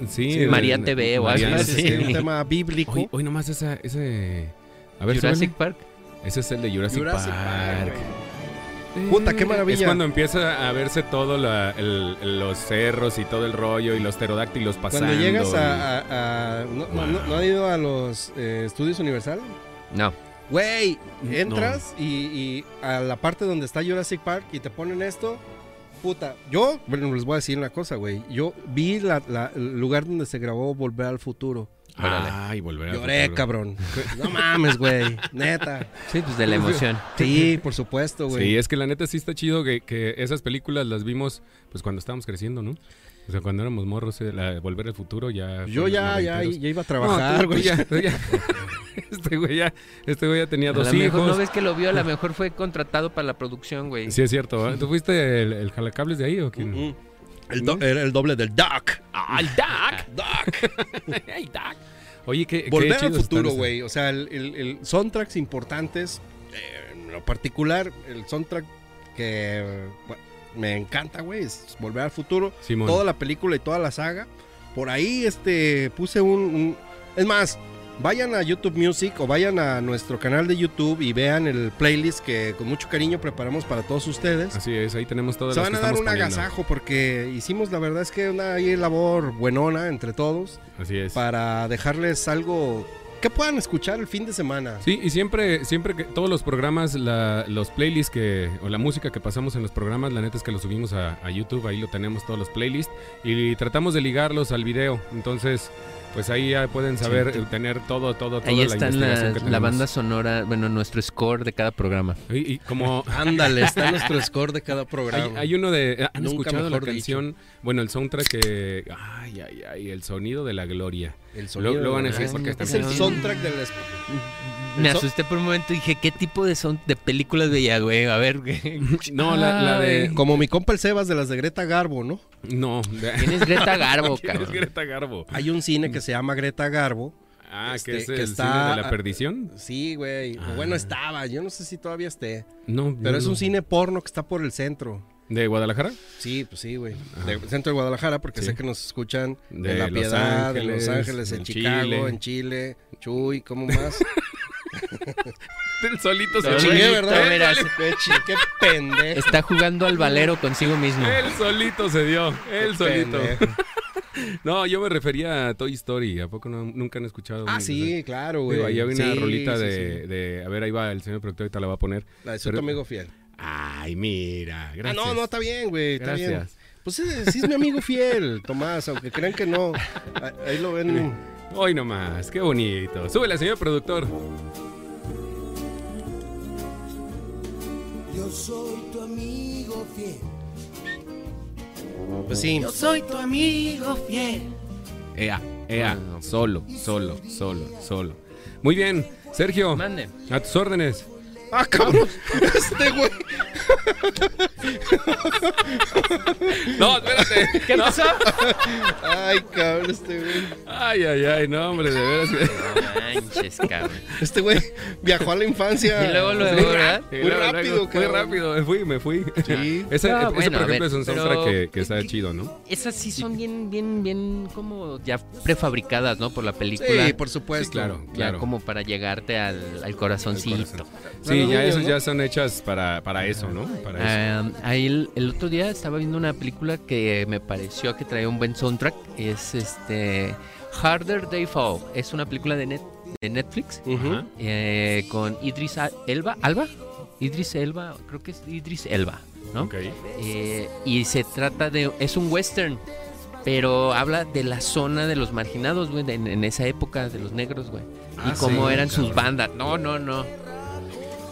Speaker 1: Sí,
Speaker 3: Sí,
Speaker 1: eh,
Speaker 2: María TV o algo
Speaker 1: María,
Speaker 3: Además,
Speaker 2: sí.
Speaker 1: este,
Speaker 3: este, un tema bíblico.
Speaker 1: Hoy, hoy nomás esa, ese. A ver,
Speaker 2: Jurassic
Speaker 1: súbele.
Speaker 2: Park.
Speaker 1: Ese es el de Jurassic,
Speaker 3: Jurassic Park,
Speaker 1: Park.
Speaker 3: güey.
Speaker 1: Eh,
Speaker 3: Puta, qué maravilla.
Speaker 1: Es cuando empieza a verse todo la- el- el- los cerros y todo el rollo y los pterodáctilos pasando.
Speaker 3: Cuando llegas
Speaker 1: y-
Speaker 3: a. a- a- no, no- no- no han ido a los eh, estudios Universal?
Speaker 2: No.
Speaker 3: Güey, entras y, y a la parte donde está Jurassic Park y te ponen esto. Puta, yo, bueno, les voy a decir una cosa, güey. Yo vi la- la- el lugar donde se grabó Volver al Futuro.
Speaker 1: Ay, volver a
Speaker 3: Lloré,
Speaker 1: futuro.
Speaker 3: cabrón. No mames, güey. Neta.
Speaker 2: Sí, pues de la emoción.
Speaker 3: Sí, por supuesto,
Speaker 1: Sí,
Speaker 3: güey.
Speaker 1: es que la neta sí está chido que, que esas películas las vimos pues cuando estábamos creciendo, ¿no? O sea, cuando éramos morros, eh, la de Volver al Futuro ya... fue
Speaker 3: Yo
Speaker 1: en los
Speaker 3: ya, ya,
Speaker 1: noventeros.
Speaker 3: ya iba
Speaker 1: No,
Speaker 3: a
Speaker 1: tú-
Speaker 3: trabajar,
Speaker 1: tú
Speaker 3: güey.
Speaker 1: ya- tú ya- este güey ya, este güey ya tenía
Speaker 2: A
Speaker 1: dos
Speaker 2: lo mejor no
Speaker 1: hijos.
Speaker 2: ves que lo vio, a lo mejor fue contratado para la producción, güey.
Speaker 1: Sí, es cierto. ¿eh? ¿Tú fuiste el, el jalacables de ahí o quién?
Speaker 3: Mm, mm. El, do- era el doble del Ah, Duck.
Speaker 1: ¡Al Duck!
Speaker 3: Duck.
Speaker 1: ¡Ay, Duck! Oye, qué, qué
Speaker 3: Volver al
Speaker 1: chido está
Speaker 3: futuro,
Speaker 1: esa-
Speaker 3: güey. O sea, el, el- el soundtracks importantes. eh, en lo particular, el soundtrack que eh, bueno, me encanta, güey, es Volver al futuro.
Speaker 1: Simón.
Speaker 3: toda la película y toda la saga. Por ahí este puse un, un- es más, vayan a YouTube Music o vayan a nuestro canal de YouTube y vean el playlist que con mucho cariño preparamos para todos ustedes.
Speaker 1: Así es, ahí tenemos todas
Speaker 3: Se
Speaker 1: las
Speaker 3: van a
Speaker 1: que
Speaker 3: dar
Speaker 1: estamos
Speaker 3: un
Speaker 1: poniendo.
Speaker 3: agasajo porque hicimos la verdad es que una ahí labor buenona entre todos
Speaker 1: Así es.
Speaker 3: para dejarles algo que puedan escuchar el fin de semana.
Speaker 1: Sí, y siempre, siempre que todos los programas, la- los playlists que, o la música que pasamos en los programas, la neta es que los subimos a, a YouTube, ahí lo tenemos todos los playlists, y tratamos de ligarlos al video. Entonces, pues ahí ya pueden saber, eh, tener todo, todo, toda
Speaker 2: Ahí
Speaker 1: la
Speaker 2: está la,
Speaker 1: investigación que
Speaker 2: la
Speaker 1: tenemos.
Speaker 2: banda sonora, bueno, nuestro score de cada programa.
Speaker 1: Y, y como
Speaker 3: Ándale, está nuestro score de cada
Speaker 1: hay,
Speaker 3: programa.
Speaker 1: hay uno de. ah, ¿Han
Speaker 3: Nunca
Speaker 1: escuchado la
Speaker 3: mejor
Speaker 1: canción? Bueno, el soundtrack que. Ay, ay, ay, el sonido de la gloria.
Speaker 3: el
Speaker 1: Luego- luego van a
Speaker 3: ¿verdad?
Speaker 1: decir, porque
Speaker 3: es el
Speaker 2: también-
Speaker 3: soundtrack del
Speaker 2: Me
Speaker 3: Eso-
Speaker 2: asusté por un momento y dije, ¿qué tipo de son de películas veía, güey? A ver, güey.
Speaker 1: No, la, la de.
Speaker 3: Eh, como mi compa el Sebas de las de Greta Garbo, ¿no?
Speaker 1: No, de.
Speaker 2: ¿Quién es Greta Garbo,
Speaker 1: ¿Quién es
Speaker 2: cabrón?
Speaker 1: Greta Garbo?
Speaker 3: Hay un cine
Speaker 1: Mm.
Speaker 3: que se llama Greta Garbo.
Speaker 1: Ah, que
Speaker 3: Este,
Speaker 1: es
Speaker 3: que
Speaker 1: el
Speaker 3: está-
Speaker 1: cine de la perdición.
Speaker 3: Sí, güey.
Speaker 1: Ah.
Speaker 3: Bueno, estaba. Yo no sé si todavía esté.
Speaker 1: No,
Speaker 3: Pero
Speaker 1: no,
Speaker 3: es un
Speaker 1: no.
Speaker 3: cine porno que está por el centro.
Speaker 1: ¿De Guadalajara?
Speaker 3: Sí, pues sí, güey. Del centro de Guadalajara, porque
Speaker 1: Sí.
Speaker 3: sé que nos escuchan
Speaker 1: De
Speaker 3: en La
Speaker 1: Los
Speaker 3: Piedad, en
Speaker 1: Ángeles,
Speaker 3: Los Ángeles, en,
Speaker 1: en
Speaker 3: Chicago,
Speaker 1: Chile.
Speaker 3: en Chile. Chuy, ¿cómo más?
Speaker 1: Del solito
Speaker 2: Solito,
Speaker 1: se
Speaker 3: Chingué,
Speaker 1: dio.
Speaker 3: ¿verdad?
Speaker 2: mira,
Speaker 3: Vale, qué chi- qué pendejo.
Speaker 2: Está jugando al valero consigo mismo.
Speaker 1: Él solito se dio. Él
Speaker 3: Qué
Speaker 1: solito.
Speaker 3: pendejo.
Speaker 1: No, yo me refería a Toy Story. ¿A poco no- nunca han escuchado?
Speaker 3: Ah, sí, claro, güey.
Speaker 1: Digo, ahí había una
Speaker 3: Sí,
Speaker 1: rolita
Speaker 3: sí,
Speaker 1: de,
Speaker 3: sí.
Speaker 1: de- A ver, ahí va el señor productor, ahorita la va a poner.
Speaker 3: La de Soy tu
Speaker 1: Pero-
Speaker 3: amigo fiel.
Speaker 1: Ay, mira. Gracias.
Speaker 3: Ah, no, no, está bien, güey. Está bien.
Speaker 1: Gracias.
Speaker 3: Pues sí, sí es mi amigo fiel, Tomás, aunque crean que no. Ah, Ahí lo ven.
Speaker 1: Hoy nomás. Qué bonito. Súbele, señor productor.
Speaker 5: Yo soy tu amigo fiel.
Speaker 3: Pues sí.
Speaker 5: Yo soy tu amigo fiel.
Speaker 1: Ea, ea. Solo, solo, solo, solo. Muy bien. Sergio,
Speaker 2: Mande.
Speaker 1: a tus órdenes.
Speaker 3: Ah, cabrón. Este güey.
Speaker 1: No, espérate.
Speaker 2: ¿Qué pasó?
Speaker 3: Ay, cabrón, este güey.
Speaker 1: Ay, ay, ay. No, hombre, de veras. que-
Speaker 2: No manches, cabrón.
Speaker 3: Este güey viajó a la infancia.
Speaker 2: Y luego, luego, ¿verdad?
Speaker 1: Muy
Speaker 3: Muy rápido,
Speaker 1: Muy
Speaker 3: cabrón.
Speaker 1: rápido, me fui, me fui.
Speaker 3: Sí.
Speaker 1: Ese,
Speaker 2: No,
Speaker 1: ese,
Speaker 2: bueno,
Speaker 1: por
Speaker 2: a
Speaker 1: ejemplo,
Speaker 2: ver,
Speaker 1: es un
Speaker 2: pero-
Speaker 1: soundtrack que, que está chido, ¿no?
Speaker 2: Esas sí son bien, bien, bien como ya prefabricadas, ¿no? Por la película.
Speaker 3: Sí, por supuesto.
Speaker 1: Sí, claro,
Speaker 2: Ya
Speaker 1: claro.
Speaker 2: como para llegarte al, al corazoncito.
Speaker 1: Al corazón. Sí,
Speaker 3: Claro,
Speaker 1: ya
Speaker 3: niño,
Speaker 1: esas
Speaker 3: ¿no?
Speaker 1: ya son hechas para, para eso, ¿no? Para eso.
Speaker 2: Ah, ahí el, el otro día estaba viendo una película que me pareció que traía un buen soundtrack. Es este Harder Day Fall. Es una película de, net, de Netflix
Speaker 1: Ajá.
Speaker 2: eh, con Idris Al- Elba. ¿Alba? Idris Elba, creo que es Idris Elba, ¿no?
Speaker 1: Ok.
Speaker 2: Eh, y se trata de. Es un western, pero habla de la zona de los marginados, güey, de- en, en esa época, de los negros, güey.
Speaker 1: Ah,
Speaker 2: y cómo
Speaker 1: sí,
Speaker 2: eran sus
Speaker 1: cabrón.
Speaker 2: bandas. No, no, no.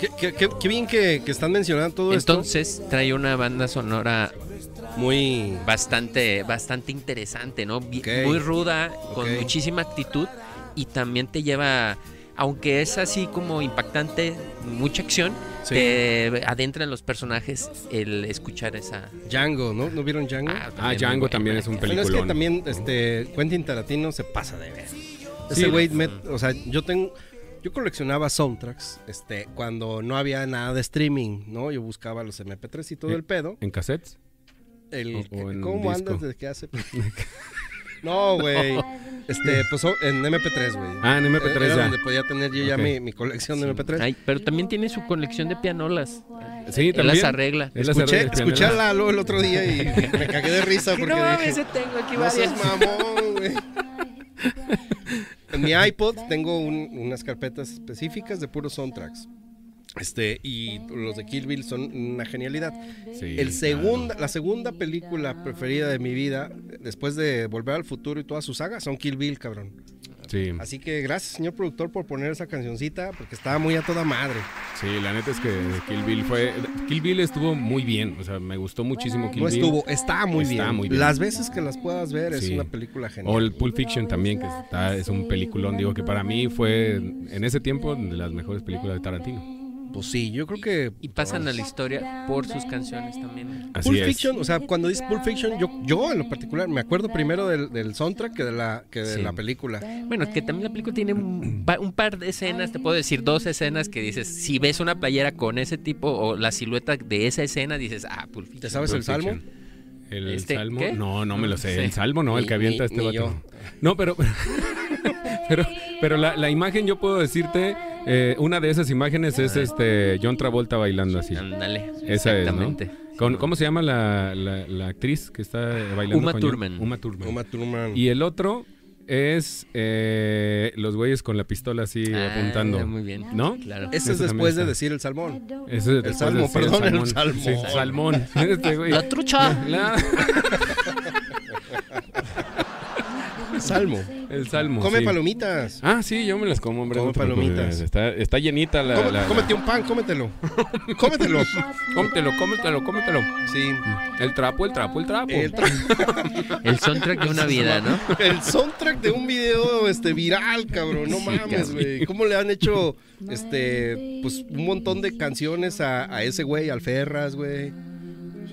Speaker 3: Qué, qué- qué- qué bien que, que están mencionando todo
Speaker 2: Entonces trae una banda sonora
Speaker 3: esto. Muy.
Speaker 2: bastante, bastante interesante, ¿no? Bi-
Speaker 3: Ok.
Speaker 2: Muy ruda, con
Speaker 3: Ok.
Speaker 2: muchísima actitud y también te lleva, aunque es así como impactante, mucha acción,
Speaker 3: Sí.
Speaker 2: Eh. te adentra en los personajes el escuchar esa...
Speaker 3: Django, ¿no? ¿No vieron Django?
Speaker 1: Ah,
Speaker 2: muy
Speaker 1: Django también
Speaker 2: buena,
Speaker 1: es un
Speaker 2: cabrón.
Speaker 1: peli-
Speaker 3: Bueno, es que
Speaker 1: peliculón.
Speaker 3: también este, Quentin Tarantino se pasa de ver.
Speaker 1: Sí.
Speaker 3: Ese güey, met- o sea, yo tengo, yo coleccionaba soundtracks, este, cuando no había nada de streaming, ¿no? Yo buscaba los MP3 y todo
Speaker 1: Eh,
Speaker 3: el pedo.
Speaker 1: ¿En cassettes?
Speaker 3: El,
Speaker 1: o- o en
Speaker 3: ¿Cómo andas
Speaker 1: disco.
Speaker 3: desde que hace? no, güey. Este, pues so- en MP3, güey.
Speaker 1: Ah,
Speaker 2: Eh,
Speaker 1: en MP3
Speaker 3: Era
Speaker 1: ya.
Speaker 3: donde podía tener yo ya
Speaker 1: Ok.
Speaker 3: mi, mi colección de MP3.
Speaker 2: Ay, pero también tiene su colección de pianolas.
Speaker 1: Sí,
Speaker 2: Él
Speaker 1: también.
Speaker 2: las arregla.
Speaker 1: Él las
Speaker 3: escuché,
Speaker 1: arregla,
Speaker 3: escuché a Lalo el otro día y me cagué de risa porque dije,
Speaker 2: tengo aquí
Speaker 3: no seas mamón, güey. En mi iPod tengo un- unas carpetas específicas de puros soundtracks. Este, y los de Kill Bill son una genialidad.
Speaker 1: Sí,
Speaker 3: El segunda, la segunda película preferida de mi vida, después de Volver al Futuro y todas sus sagas, son Kill Bill, cabrón.
Speaker 1: claro. Sí,
Speaker 3: Así que gracias, señor productor, por poner esa cancioncita, porque estaba muy a toda madre.
Speaker 1: sí, la neta es que Kill Bill fue... Kill Bill estuvo muy bien, o sea, me gustó muchísimo Kill
Speaker 3: no
Speaker 1: Bill.
Speaker 3: estuvo, está muy,
Speaker 1: Está
Speaker 3: bien.
Speaker 1: muy bien.
Speaker 3: Las veces que las puedas ver es
Speaker 1: Sí.
Speaker 3: una película genial.
Speaker 1: O el Pulp Fiction también, que está, es un peliculón, digo, que para mí fue en ese tiempo de las mejores películas de Tarantino.
Speaker 3: Pues sí, yo creo que.
Speaker 2: Y pasan a la historia por sus canciones también.
Speaker 1: Así
Speaker 3: Pulp
Speaker 1: es.
Speaker 3: Fiction, o sea, cuando dices Pulp Fiction, yo, yo en lo particular me acuerdo primero del, del soundtrack que de la, que de
Speaker 2: Sí.
Speaker 3: la película.
Speaker 2: Bueno, que también la película tiene un, pa- un par de escenas, te puedo decir dos escenas que dices, si ves una playera con ese tipo o la silueta de esa escena, dices, ah, Pulp Fiction.
Speaker 3: ¿Te sabes el
Speaker 1: Pulp
Speaker 3: salmo?
Speaker 1: Fiction. ¿El
Speaker 2: Este,
Speaker 1: salmo?
Speaker 2: ¿qué?
Speaker 1: No, no me lo sé.
Speaker 2: Sí.
Speaker 1: El salmo no, el
Speaker 3: Ni-
Speaker 1: que avienta
Speaker 3: ni-
Speaker 1: este
Speaker 3: ni
Speaker 1: vato.
Speaker 3: yo.
Speaker 1: No, pero. Pero, pero la, la imagen, yo puedo decirte, eh, una de esas imágenes es este John Travolta bailando así.
Speaker 2: Ándale.
Speaker 1: Esa es, ¿no?
Speaker 2: exactamente. Ah,
Speaker 1: Con- ¿Cómo se llama la, la- la actriz que está bailando?
Speaker 2: Uma
Speaker 1: con John?
Speaker 2: Thurman.
Speaker 1: Uma Thurman.
Speaker 3: Uma Thurman.
Speaker 1: Y el otro es eh, los güeyes con la pistola así
Speaker 2: Ah,
Speaker 1: apuntando.
Speaker 2: Muy bien.
Speaker 1: ¿no?
Speaker 2: Claro.
Speaker 3: Ese es
Speaker 1: Eso también
Speaker 3: después de
Speaker 1: está.
Speaker 3: decir el salmón.
Speaker 1: Eso es después
Speaker 3: salmo,
Speaker 1: de decir
Speaker 3: perdón, el
Speaker 1: Sí, salmón.
Speaker 3: salmón.
Speaker 1: Este güey.
Speaker 2: La trucha.
Speaker 1: La-
Speaker 3: Salmo.
Speaker 1: el salmo.
Speaker 3: Come
Speaker 1: sí.
Speaker 3: palomitas.
Speaker 1: Ah, sí, yo me las como, hombre.
Speaker 3: Come
Speaker 1: no te preocupes.
Speaker 3: palomitas.
Speaker 1: Está, está llenita la.
Speaker 3: Come-
Speaker 1: la- la-
Speaker 3: cómete un pan, cómetelo. cómetelo.
Speaker 1: Cómetelo, cómetelo, cómetelo.
Speaker 3: Sí.
Speaker 1: El trapo, el trapo, el trapo.
Speaker 3: El, tra-
Speaker 2: El soundtrack de una vida, ¿no?
Speaker 3: el soundtrack de un video este viral, cabrón, no
Speaker 2: Sí,
Speaker 3: mames,
Speaker 2: cabrón.
Speaker 3: güey. ¿Cómo le han hecho este pues un montón de canciones a, a ese güey, al Ferras, güey?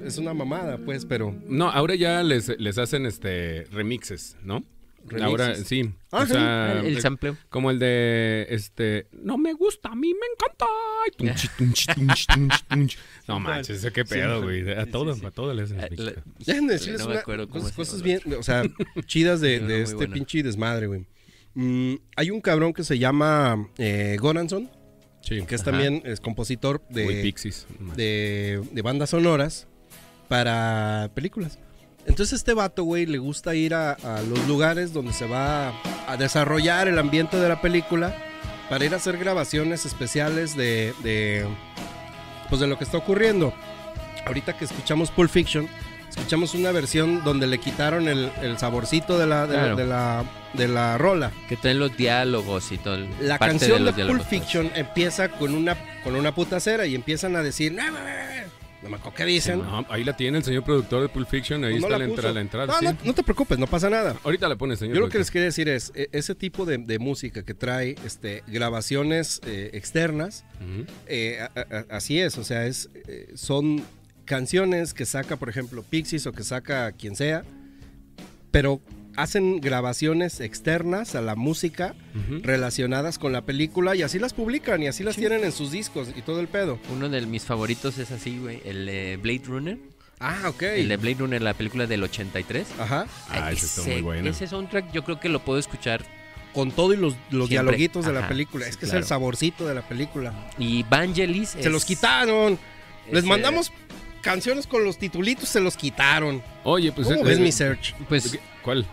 Speaker 3: Es una mamada, pues, pero
Speaker 1: No, ahora ya les, les hacen este remixes, ¿no?
Speaker 3: Remixes.
Speaker 1: Ahora sí. eh,
Speaker 3: Ah, sí.
Speaker 2: El, el sampleo.
Speaker 1: Como el de este, no me gusta, a mí me encanta. Ay, tunchi, tunchi, tunchi, tunchi, tunchi. No manches, eso qué pedo, güey. A todos, a todos les hacen
Speaker 2: Ah,
Speaker 1: remixes.
Speaker 2: la-
Speaker 3: déjenme decirles
Speaker 2: no me
Speaker 3: una-
Speaker 2: acuerdo cómo
Speaker 3: cosas,
Speaker 2: se
Speaker 3: cosas
Speaker 2: llama
Speaker 3: bien, o sea, chidas de,
Speaker 2: Pero
Speaker 3: de
Speaker 2: muy
Speaker 3: este
Speaker 2: buena.
Speaker 3: pinche desmadre, güey. Mm, hay un cabrón que se llama eh, Goranson,
Speaker 1: Sí.
Speaker 3: que es
Speaker 2: Ajá.
Speaker 3: también es compositor de
Speaker 1: Muy pixies.
Speaker 3: de, de bandas sonoras para películas. Entonces este vato, güey, le gusta ir a, a los lugares donde se va a desarrollar el ambiente de la película para ir a hacer grabaciones especiales de, de, pues de lo que está ocurriendo. Ahorita que escuchamos Pulp Fiction, escuchamos una versión donde le quitaron el, el saborcito de la, de, la-
Speaker 2: Claro.
Speaker 3: de la, de la rola.
Speaker 2: Que traen los diálogos y todo. el-
Speaker 3: La
Speaker 2: parte
Speaker 3: canción de,
Speaker 2: los
Speaker 3: Pulp
Speaker 2: diálogos. pues.
Speaker 3: Fiction empieza con una con una putacera y empiezan a decir, "Nah, nah, nah, nah". no me acuerdo qué dicen.
Speaker 1: Ajá, ahí la tiene el señor productor de Pulp Fiction. Ahí
Speaker 3: Pues no
Speaker 1: está la,
Speaker 3: puso.
Speaker 1: entrada. La entrada
Speaker 3: no,
Speaker 1: sí.
Speaker 3: no, no te preocupes, no pasa nada.
Speaker 1: Ahorita la pone, señor.
Speaker 3: Yo lo que les
Speaker 1: productor.
Speaker 3: quería decir es, e- ese tipo de, de música que trae este, grabaciones eh, externas,
Speaker 1: Ujú.
Speaker 3: eh, a- a- a- así es, o sea, es, eh, son canciones que saca, por ejemplo, Pixies o que saca quien sea, pero hacen grabaciones externas a la música
Speaker 1: Ujú.
Speaker 3: relacionadas con la película y así las publican y así las tienen en sus discos y todo el pedo.
Speaker 2: Uno de mis favoritos es así, güey. El de Blade Runner.
Speaker 3: Ah, ok.
Speaker 2: El de Blade Runner, la película del 83.
Speaker 3: Ajá.
Speaker 1: Ah, ese está muy bueno.
Speaker 2: Ese soundtrack yo creo que lo puedo escuchar.
Speaker 3: Con todo y los, los
Speaker 2: Siempre.
Speaker 3: dialoguitos de la
Speaker 2: Ajá,
Speaker 3: película.
Speaker 2: sí,
Speaker 3: es que es
Speaker 2: claro.
Speaker 3: el saborcito de la película.
Speaker 2: Y Vangelis.
Speaker 3: Se los quitaron. Les mandamos canciones con los titulitos, se los quitaron.
Speaker 1: Oye, pues.
Speaker 3: ¿Cómo
Speaker 1: eh,
Speaker 3: ves
Speaker 1: eh,
Speaker 3: mi search?
Speaker 2: Pues,
Speaker 1: ¿Cuál?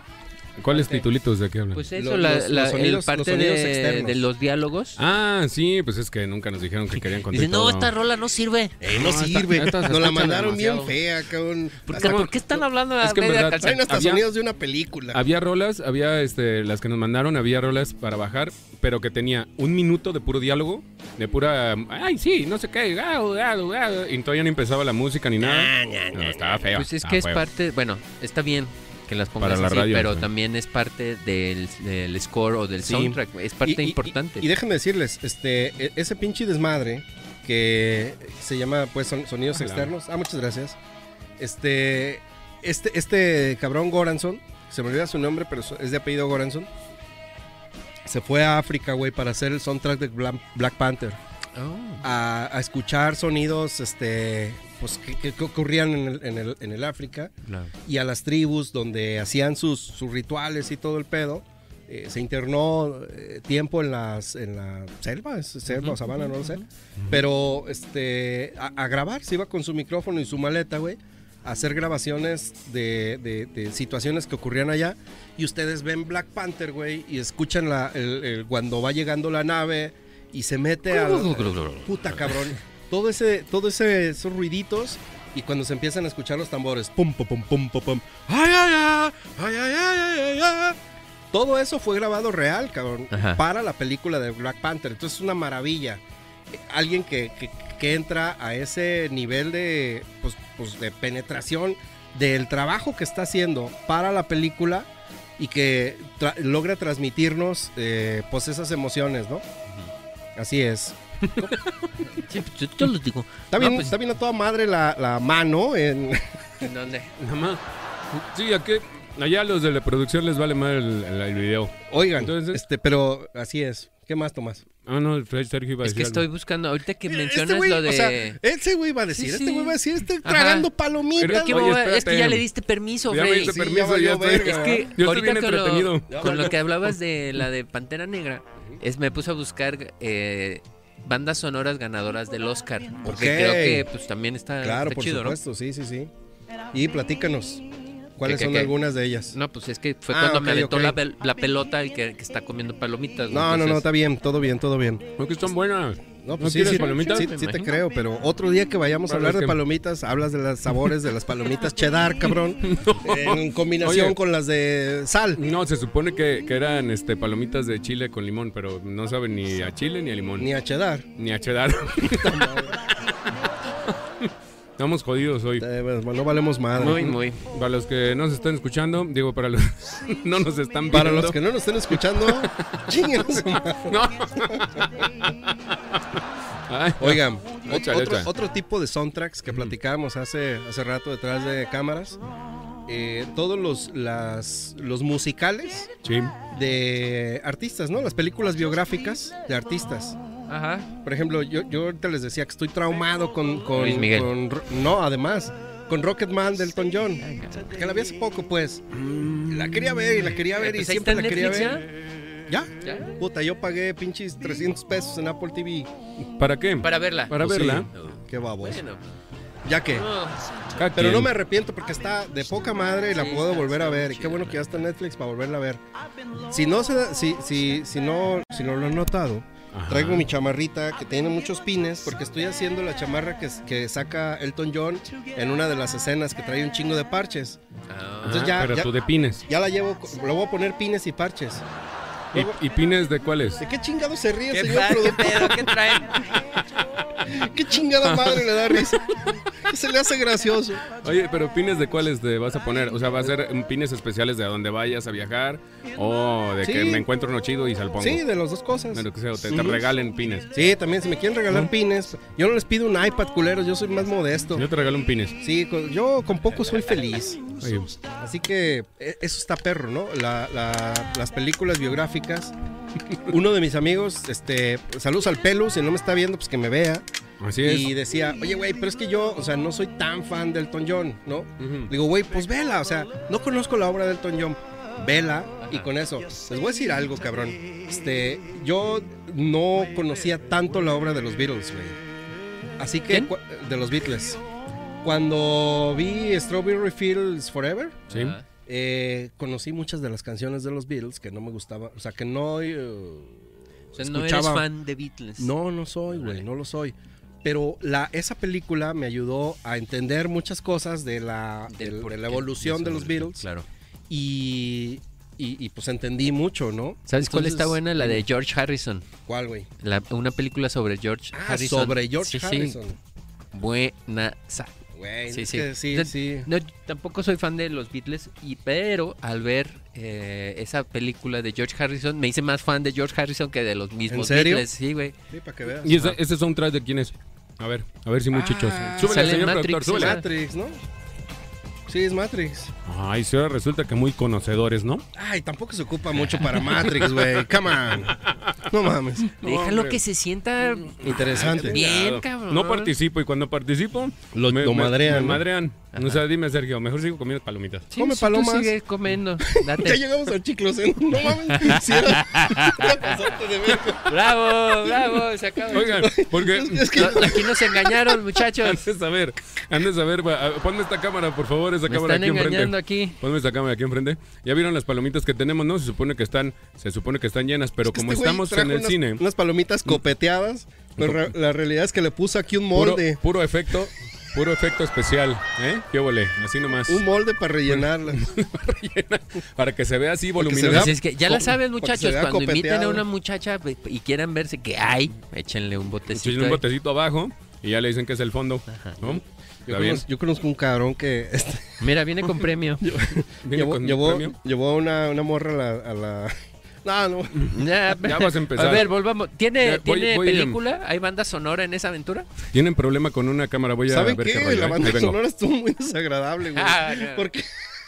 Speaker 1: ¿Cuáles
Speaker 2: Ok.
Speaker 1: titulitos de qué hablan?
Speaker 2: pues eso,
Speaker 3: Los-
Speaker 2: la,
Speaker 3: los-
Speaker 2: la-
Speaker 3: los sonidos-
Speaker 2: el parte
Speaker 3: los sonidos
Speaker 2: de- de,
Speaker 3: externos.
Speaker 2: los diálogos.
Speaker 1: Ah, sí, pues es que nunca nos dijeron que querían contar.
Speaker 2: Dice, no, esta rola no sirve.
Speaker 3: Eh, no
Speaker 1: esta-
Speaker 3: sirve.
Speaker 1: esta se
Speaker 3: Nos la
Speaker 1: escucha
Speaker 3: mandaron bien
Speaker 1: demasiado.
Speaker 3: fea, cabrón.
Speaker 2: ¿Por
Speaker 3: Hasta
Speaker 2: qué,
Speaker 3: con-
Speaker 2: por qué están hablando a
Speaker 1: Es que en
Speaker 2: media
Speaker 1: verdad-
Speaker 2: canción?
Speaker 3: Traen hasta
Speaker 1: Había-
Speaker 3: sonidos de una película.
Speaker 1: Había rolas, había este, las que nos mandaron, había rolas para bajar, pero que tenía un minuto de puro diálogo, de pura, ay, sí, no sé qué, ah, ah, ah", y todavía no empezaba la música ni nada. No, estaba feo.
Speaker 2: Pues es
Speaker 1: estaba
Speaker 2: que es
Speaker 1: feo.
Speaker 2: parte, bueno, está bien que las pongas
Speaker 1: Ah, Para la
Speaker 2: así,
Speaker 1: radio,
Speaker 2: pero
Speaker 1: sí.
Speaker 2: también es parte del, del score o del
Speaker 3: Sí.
Speaker 2: soundtrack, es parte importante.
Speaker 3: Y, y déjenme decirles, este, e- ese pinche desmadre que se llama pues son- sonidos
Speaker 1: Ojalá.
Speaker 3: externos. Ah, muchas gracias. Este, este, este cabrón Goranson, se me olvida su nombre, pero so- es de apellido Goranson. Se fue a África, güey, para hacer el soundtrack de Bla- Black Panther.
Speaker 2: Oh.
Speaker 3: A, a escuchar sonidos, este, pues que, que- que ocurrían en el, en el- en el África y a las tribus donde hacían sus, sus rituales y todo el pedo. eh, se internó eh, tiempo en, las, en la selva, es selva o sabana, no lo sé. Pero este, a, a grabar, se iba con su micrófono y su maleta, güey, a hacer grabaciones de, de- de situaciones que ocurrían allá. Y ustedes ven Black Panther, güey, y escuchan la, el- el- cuando va llegando la nave y se mete a... Puta cabrón. Todo ese, todo ese, esos ruiditos y cuando se empiezan a escuchar los tambores, pum, pum, pum, pum, pum, pum, ay, ay, ay, ay, ay, ay, ay, ay, ay. Todo eso fue grabado real, cabrón,
Speaker 2: Ajá.
Speaker 3: para la película de Black Panther. Entonces es una maravilla. Eh, Alguien que, que- que entra a ese nivel de, pues, pues, de penetración del trabajo que está haciendo para la película y que tra- logra transmitirnos eh, pues esas emociones, ¿no? Así es.
Speaker 2: Sí, pues, yo, yo les digo.
Speaker 3: Está
Speaker 2: No,
Speaker 3: bien,
Speaker 2: pues-
Speaker 3: está bien a toda madre la, la mano en...
Speaker 2: ¿En dónde?
Speaker 1: Mamá. Sí, aquí. Allá los de la producción les vale mal el, el- el video.
Speaker 3: Oigan,
Speaker 1: Entonces-
Speaker 3: este, pero así es. ¿Qué más, Tomás?
Speaker 1: Ah, no, el Fred Sergio iba a
Speaker 2: Es que
Speaker 1: decir
Speaker 2: estoy
Speaker 1: algo.
Speaker 2: buscando. Ahorita que
Speaker 3: Este
Speaker 2: mencionas
Speaker 3: güey,
Speaker 2: lo de.
Speaker 3: O sea, ese güey va a decir,
Speaker 2: Sí,
Speaker 3: este
Speaker 2: sí.
Speaker 3: güey va a decir, estoy
Speaker 2: Ajá.
Speaker 3: tragando palomitas.
Speaker 2: Pero que
Speaker 1: Oye,
Speaker 2: me voy a- es
Speaker 1: espérate.
Speaker 2: que ya le diste permiso,
Speaker 1: Ya me
Speaker 2: Frey.
Speaker 1: diste
Speaker 3: Sí,
Speaker 1: permiso,
Speaker 3: ya
Speaker 1: ya
Speaker 3: valió
Speaker 1: estoy.
Speaker 3: verga.
Speaker 2: Es que
Speaker 1: Yo estoy
Speaker 2: ahorita
Speaker 1: bien
Speaker 2: con lo,
Speaker 1: entretenido.
Speaker 2: con lo que hablabas de la de Pantera Negra, es me puse a buscar eh, bandas sonoras ganadoras del Oscar. Porque
Speaker 3: Ok.
Speaker 2: creo que pues también está,
Speaker 3: Claro,
Speaker 2: está
Speaker 3: por
Speaker 2: chido,
Speaker 3: supuesto, sí, sí, sí. Y platícanos, ¿cuáles
Speaker 2: qué,
Speaker 3: son
Speaker 2: qué?
Speaker 3: algunas de ellas?
Speaker 2: ¿no? No, pues es que fue
Speaker 3: Ah,
Speaker 2: cuando
Speaker 3: ok,
Speaker 2: me aventó
Speaker 3: ok.
Speaker 2: la, pel- la pelota el que, que está comiendo palomitas.
Speaker 3: No, no, no,
Speaker 2: Entonces,
Speaker 3: está bien, todo bien, todo bien.
Speaker 1: No, que están buenas.
Speaker 3: No,
Speaker 1: ¿No
Speaker 3: pues sí,
Speaker 1: quieres
Speaker 3: sí,
Speaker 1: palomitas?
Speaker 3: sí,
Speaker 2: Me
Speaker 3: sí te
Speaker 2: imagino.
Speaker 3: creo, pero otro día que vayamos a
Speaker 1: Bueno,
Speaker 3: hablar
Speaker 1: es
Speaker 3: de
Speaker 1: que-
Speaker 3: palomitas, hablas de los sabores de las palomitas cheddar, cabrón, en combinación
Speaker 1: Oye.
Speaker 3: con las de sal.
Speaker 1: No, se supone que, que eran este palomitas de chile con limón, pero no saben ni a chile ni a limón.
Speaker 3: Ni a cheddar.
Speaker 1: Ni a cheddar. Estamos jodidos hoy.
Speaker 3: Eh, bueno, no valemos madre.
Speaker 2: Muy, muy.
Speaker 1: Para los que no se están escuchando, digo, para los no nos están viendo.
Speaker 3: Para los que no nos estén escuchando, chinguen a su madre.
Speaker 1: no. Ay,
Speaker 3: Oigan,
Speaker 1: No,
Speaker 3: ot-
Speaker 1: chale,
Speaker 3: otro,
Speaker 1: chale.
Speaker 3: otro tipo de soundtracks que platicábamos hace, hace rato detrás de cámaras. eh, todos los, las, los musicales
Speaker 1: sí.
Speaker 3: de artistas, ¿no? Las películas biográficas de artistas.
Speaker 2: Ajá.
Speaker 3: Por ejemplo, yo, yo ahorita les decía que estoy traumado con... con,
Speaker 2: Luis Miguel.
Speaker 3: con Ro- no, además, con Rocketman de Elton John. Que la vi hace poco, pues. La quería ver y la quería ver y
Speaker 2: Pues ahí está
Speaker 3: siempre
Speaker 2: en
Speaker 3: la quería
Speaker 2: Netflix,
Speaker 3: ver. ¿Ya?
Speaker 2: ¿Ya?
Speaker 3: Puta, yo pagué pinches 300 pesos en Apple TV.
Speaker 1: ¿Para qué?
Speaker 2: Para verla.
Speaker 1: Para
Speaker 3: Pues sí.
Speaker 1: verla.
Speaker 3: Qué babos.
Speaker 2: Bueno, Ah.
Speaker 3: Ya que...
Speaker 2: no,
Speaker 1: Cada
Speaker 3: Pero no
Speaker 1: quien.
Speaker 3: me arrepiento porque está de poca madre y la
Speaker 2: Sí,
Speaker 3: puedo
Speaker 2: está-
Speaker 3: volver a
Speaker 2: está muy
Speaker 3: ver. Y qué
Speaker 2: chida,
Speaker 3: bueno
Speaker 2: ¿no?
Speaker 3: que ya está en Netflix para volverla a ver. Si no se da- si, si, si no, si no lo han notado,
Speaker 1: Ajá.
Speaker 3: traigo mi chamarrita que tiene muchos pines porque estoy haciendo la chamarra que, que saca Elton John en una de las escenas que trae un chingo de parches.
Speaker 2: Ah,
Speaker 1: Ajá,
Speaker 3: entonces ya-
Speaker 1: Pero
Speaker 3: ya-
Speaker 1: tú de pines.
Speaker 3: Ya la llevo, lo voy a poner pines y parches. Luego-
Speaker 1: ¿Y, y pines de cuáles?
Speaker 3: ¿De qué chingado se ríe el
Speaker 2: ¿Qué,
Speaker 3: señor
Speaker 2: pa- qué
Speaker 3: productor?
Speaker 2: pedo? ¿Qué traen?
Speaker 3: ¿Qué chingada madre le da risa? ¿Qué se le hace gracioso?
Speaker 1: Oye, pero pines de cuáles te vas a poner? O sea, ¿va a ser mm, pines especiales de a donde vayas a viajar? ¿O de que
Speaker 3: Sí.
Speaker 1: me encuentro uno chido y salpongo?
Speaker 3: Sí, de las dos cosas.
Speaker 1: De lo que sea, o te, te
Speaker 3: Ujú.
Speaker 1: regalen pines.
Speaker 3: Sí, también si me quieren regalar pines, yo no les pido un iPad, culeros, yo soy más modesto.
Speaker 1: Yo te regalo un pines.
Speaker 3: Sí, con- yo con poco soy feliz.
Speaker 1: Oye,
Speaker 3: Así que eh, eso está perro, ¿no? La- la- las películas biográficas. Uno de mis amigos, este, saludos al pelo, si no me está viendo, pues que me vea.
Speaker 1: así es.
Speaker 3: Y decía, oye, güey, pero es que yo, o sea, no soy tan fan del Elton John, ¿no?
Speaker 1: Ujú.
Speaker 3: Digo, güey, pues vela, o sea, no conozco la obra de Elton John. Vela, y con eso, les voy a decir algo, cabrón. Este, yo no conocía tanto la obra de los Beatles, güey. Así que,
Speaker 2: ¿Quién?
Speaker 3: cu- de los Beatles. Cuando vi Strawberry Fields Forever,
Speaker 1: Sí.
Speaker 2: Ah,
Speaker 3: eh, conocí muchas de las canciones de los Beatles que no me gustaban, o sea, que no... eh,
Speaker 2: o sea, no eres
Speaker 3: Escuchaba-
Speaker 2: fan de Beatles.
Speaker 3: no, no soy, güey, no lo soy. Pero la, esa película me ayudó a entender muchas cosas de la,
Speaker 2: Del
Speaker 3: del-
Speaker 2: por
Speaker 3: de la
Speaker 2: qué.
Speaker 3: evolución de los Beatles
Speaker 2: Claro.
Speaker 3: y, y, y, pues entendí mucho, ¿no?
Speaker 2: ¿Sabes cuál
Speaker 3: Entonces,
Speaker 2: está buena? La de George Harrison.
Speaker 3: ¿Cuál, güey?
Speaker 2: La- una película sobre George
Speaker 3: Ah,
Speaker 2: Harrison.
Speaker 3: sobre George
Speaker 2: Sí, sí.
Speaker 3: Harrison.
Speaker 2: Buena. sa-
Speaker 3: Güey,
Speaker 2: Sí,
Speaker 3: es
Speaker 2: sí.
Speaker 3: que sí,
Speaker 2: Entonces,
Speaker 3: sí.
Speaker 2: No, yo tampoco soy fan de los Beatles, y, pero al ver eh, esa película de George Harrison, me hice más fan de George Harrison que de los mismos
Speaker 3: serio?
Speaker 2: Beatles. Sí, güey.
Speaker 3: Sí, para que veas.
Speaker 1: ¿Y ese, ese soundtrack de quién es? A ver, a ver si muchachos.
Speaker 3: Ah,
Speaker 1: súbele,
Speaker 2: sale en
Speaker 1: señor
Speaker 2: Matrix,
Speaker 1: productor,
Speaker 2: sí,
Speaker 1: súbele.
Speaker 2: ¿verdad?
Speaker 3: Matrix, ¿no? Sí, es Matrix.
Speaker 1: Ay, sí, ahora resulta que muy conocedores, ¿no?
Speaker 3: Ay, tampoco se ocupa mucho para Matrix, güey. Come on. No mames.
Speaker 2: Déjalo
Speaker 1: hombre.
Speaker 2: que se sienta
Speaker 3: Interesante.
Speaker 2: bien,
Speaker 1: Cuidado.
Speaker 2: cabrón.
Speaker 1: No participo y cuando participo
Speaker 3: Lo- lo madrean,
Speaker 1: me
Speaker 3: ¿no?
Speaker 1: madrean. O sea, dime, Sergio, mejor sigo comiendo palomitas.
Speaker 2: Sí,
Speaker 3: Come
Speaker 2: sí,
Speaker 3: palomas.
Speaker 2: Tú sigue comiendo.
Speaker 3: Ya
Speaker 2: Date.
Speaker 3: llegamos al chiclos, ¿eh? No mames. Sí, era- te pasaste de verga.
Speaker 2: bravo, bravo, se acabó.
Speaker 1: Oigan, porque
Speaker 3: Es que-
Speaker 2: No, aquí nos engañaron, muchachos.
Speaker 1: antes a ver, antes a ver, va, a- ponme esta cámara, por favor, esa
Speaker 2: Me
Speaker 1: cámara
Speaker 2: están
Speaker 1: aquí
Speaker 2: engañando
Speaker 1: enfrente.
Speaker 2: aquí.
Speaker 1: Ponme esta cámara aquí enfrente. Ya vieron las palomitas que tenemos, ¿no? Se supone que están, se supone que están llenas, pero
Speaker 3: que
Speaker 1: como
Speaker 3: este güey
Speaker 1: estamos
Speaker 3: trajo
Speaker 1: en el
Speaker 3: unas-
Speaker 1: cine, Mm.
Speaker 3: Unas palomitas copeteadas. Pero re- la realidad es que le puse aquí un
Speaker 1: puro,
Speaker 3: molde.
Speaker 1: puro efecto, puro efecto especial, ¿eh? Qué volé, así nomás.
Speaker 3: Un molde para rellenarla.
Speaker 1: Para que se vea así
Speaker 3: Para que se
Speaker 1: voluminosa.
Speaker 2: Pues es que ya la
Speaker 3: Co-
Speaker 2: saben,
Speaker 3: porque se
Speaker 2: muchachos.
Speaker 3: vea
Speaker 2: Cuando imiten a
Speaker 3: copeteado.
Speaker 2: una muchacha pues, y quieran verse que hay, échenle un botecito.
Speaker 1: Entonces, un
Speaker 2: ahí.
Speaker 1: botecito abajo y ya le dicen que es el fondo, ¿no?
Speaker 3: Yo
Speaker 1: Está bien.
Speaker 3: conozco, yo conozco un cabrón que este,
Speaker 2: Mira, viene con premio.
Speaker 1: Viene
Speaker 3: llevó,
Speaker 1: con
Speaker 3: llevó-
Speaker 1: premio.
Speaker 3: llevó a una, una morra a la, a la- No, no.
Speaker 2: Ya
Speaker 1: Ya vas a empezar.
Speaker 2: A ver, volvamos. ¿Tiene,
Speaker 1: Ya, voy-
Speaker 2: ¿tiene
Speaker 1: voy,
Speaker 2: película? ¿Hay banda sonora en esa aventura?
Speaker 1: Tienen problema con una cámara, voy a
Speaker 3: ¿Saben
Speaker 1: ver
Speaker 3: qué?
Speaker 1: rollo,
Speaker 3: La
Speaker 1: ¿eh?
Speaker 3: banda
Speaker 1: Ahí vengo.
Speaker 3: sonora estuvo muy desagradable, güey.
Speaker 2: Ah, no.
Speaker 3: Porque.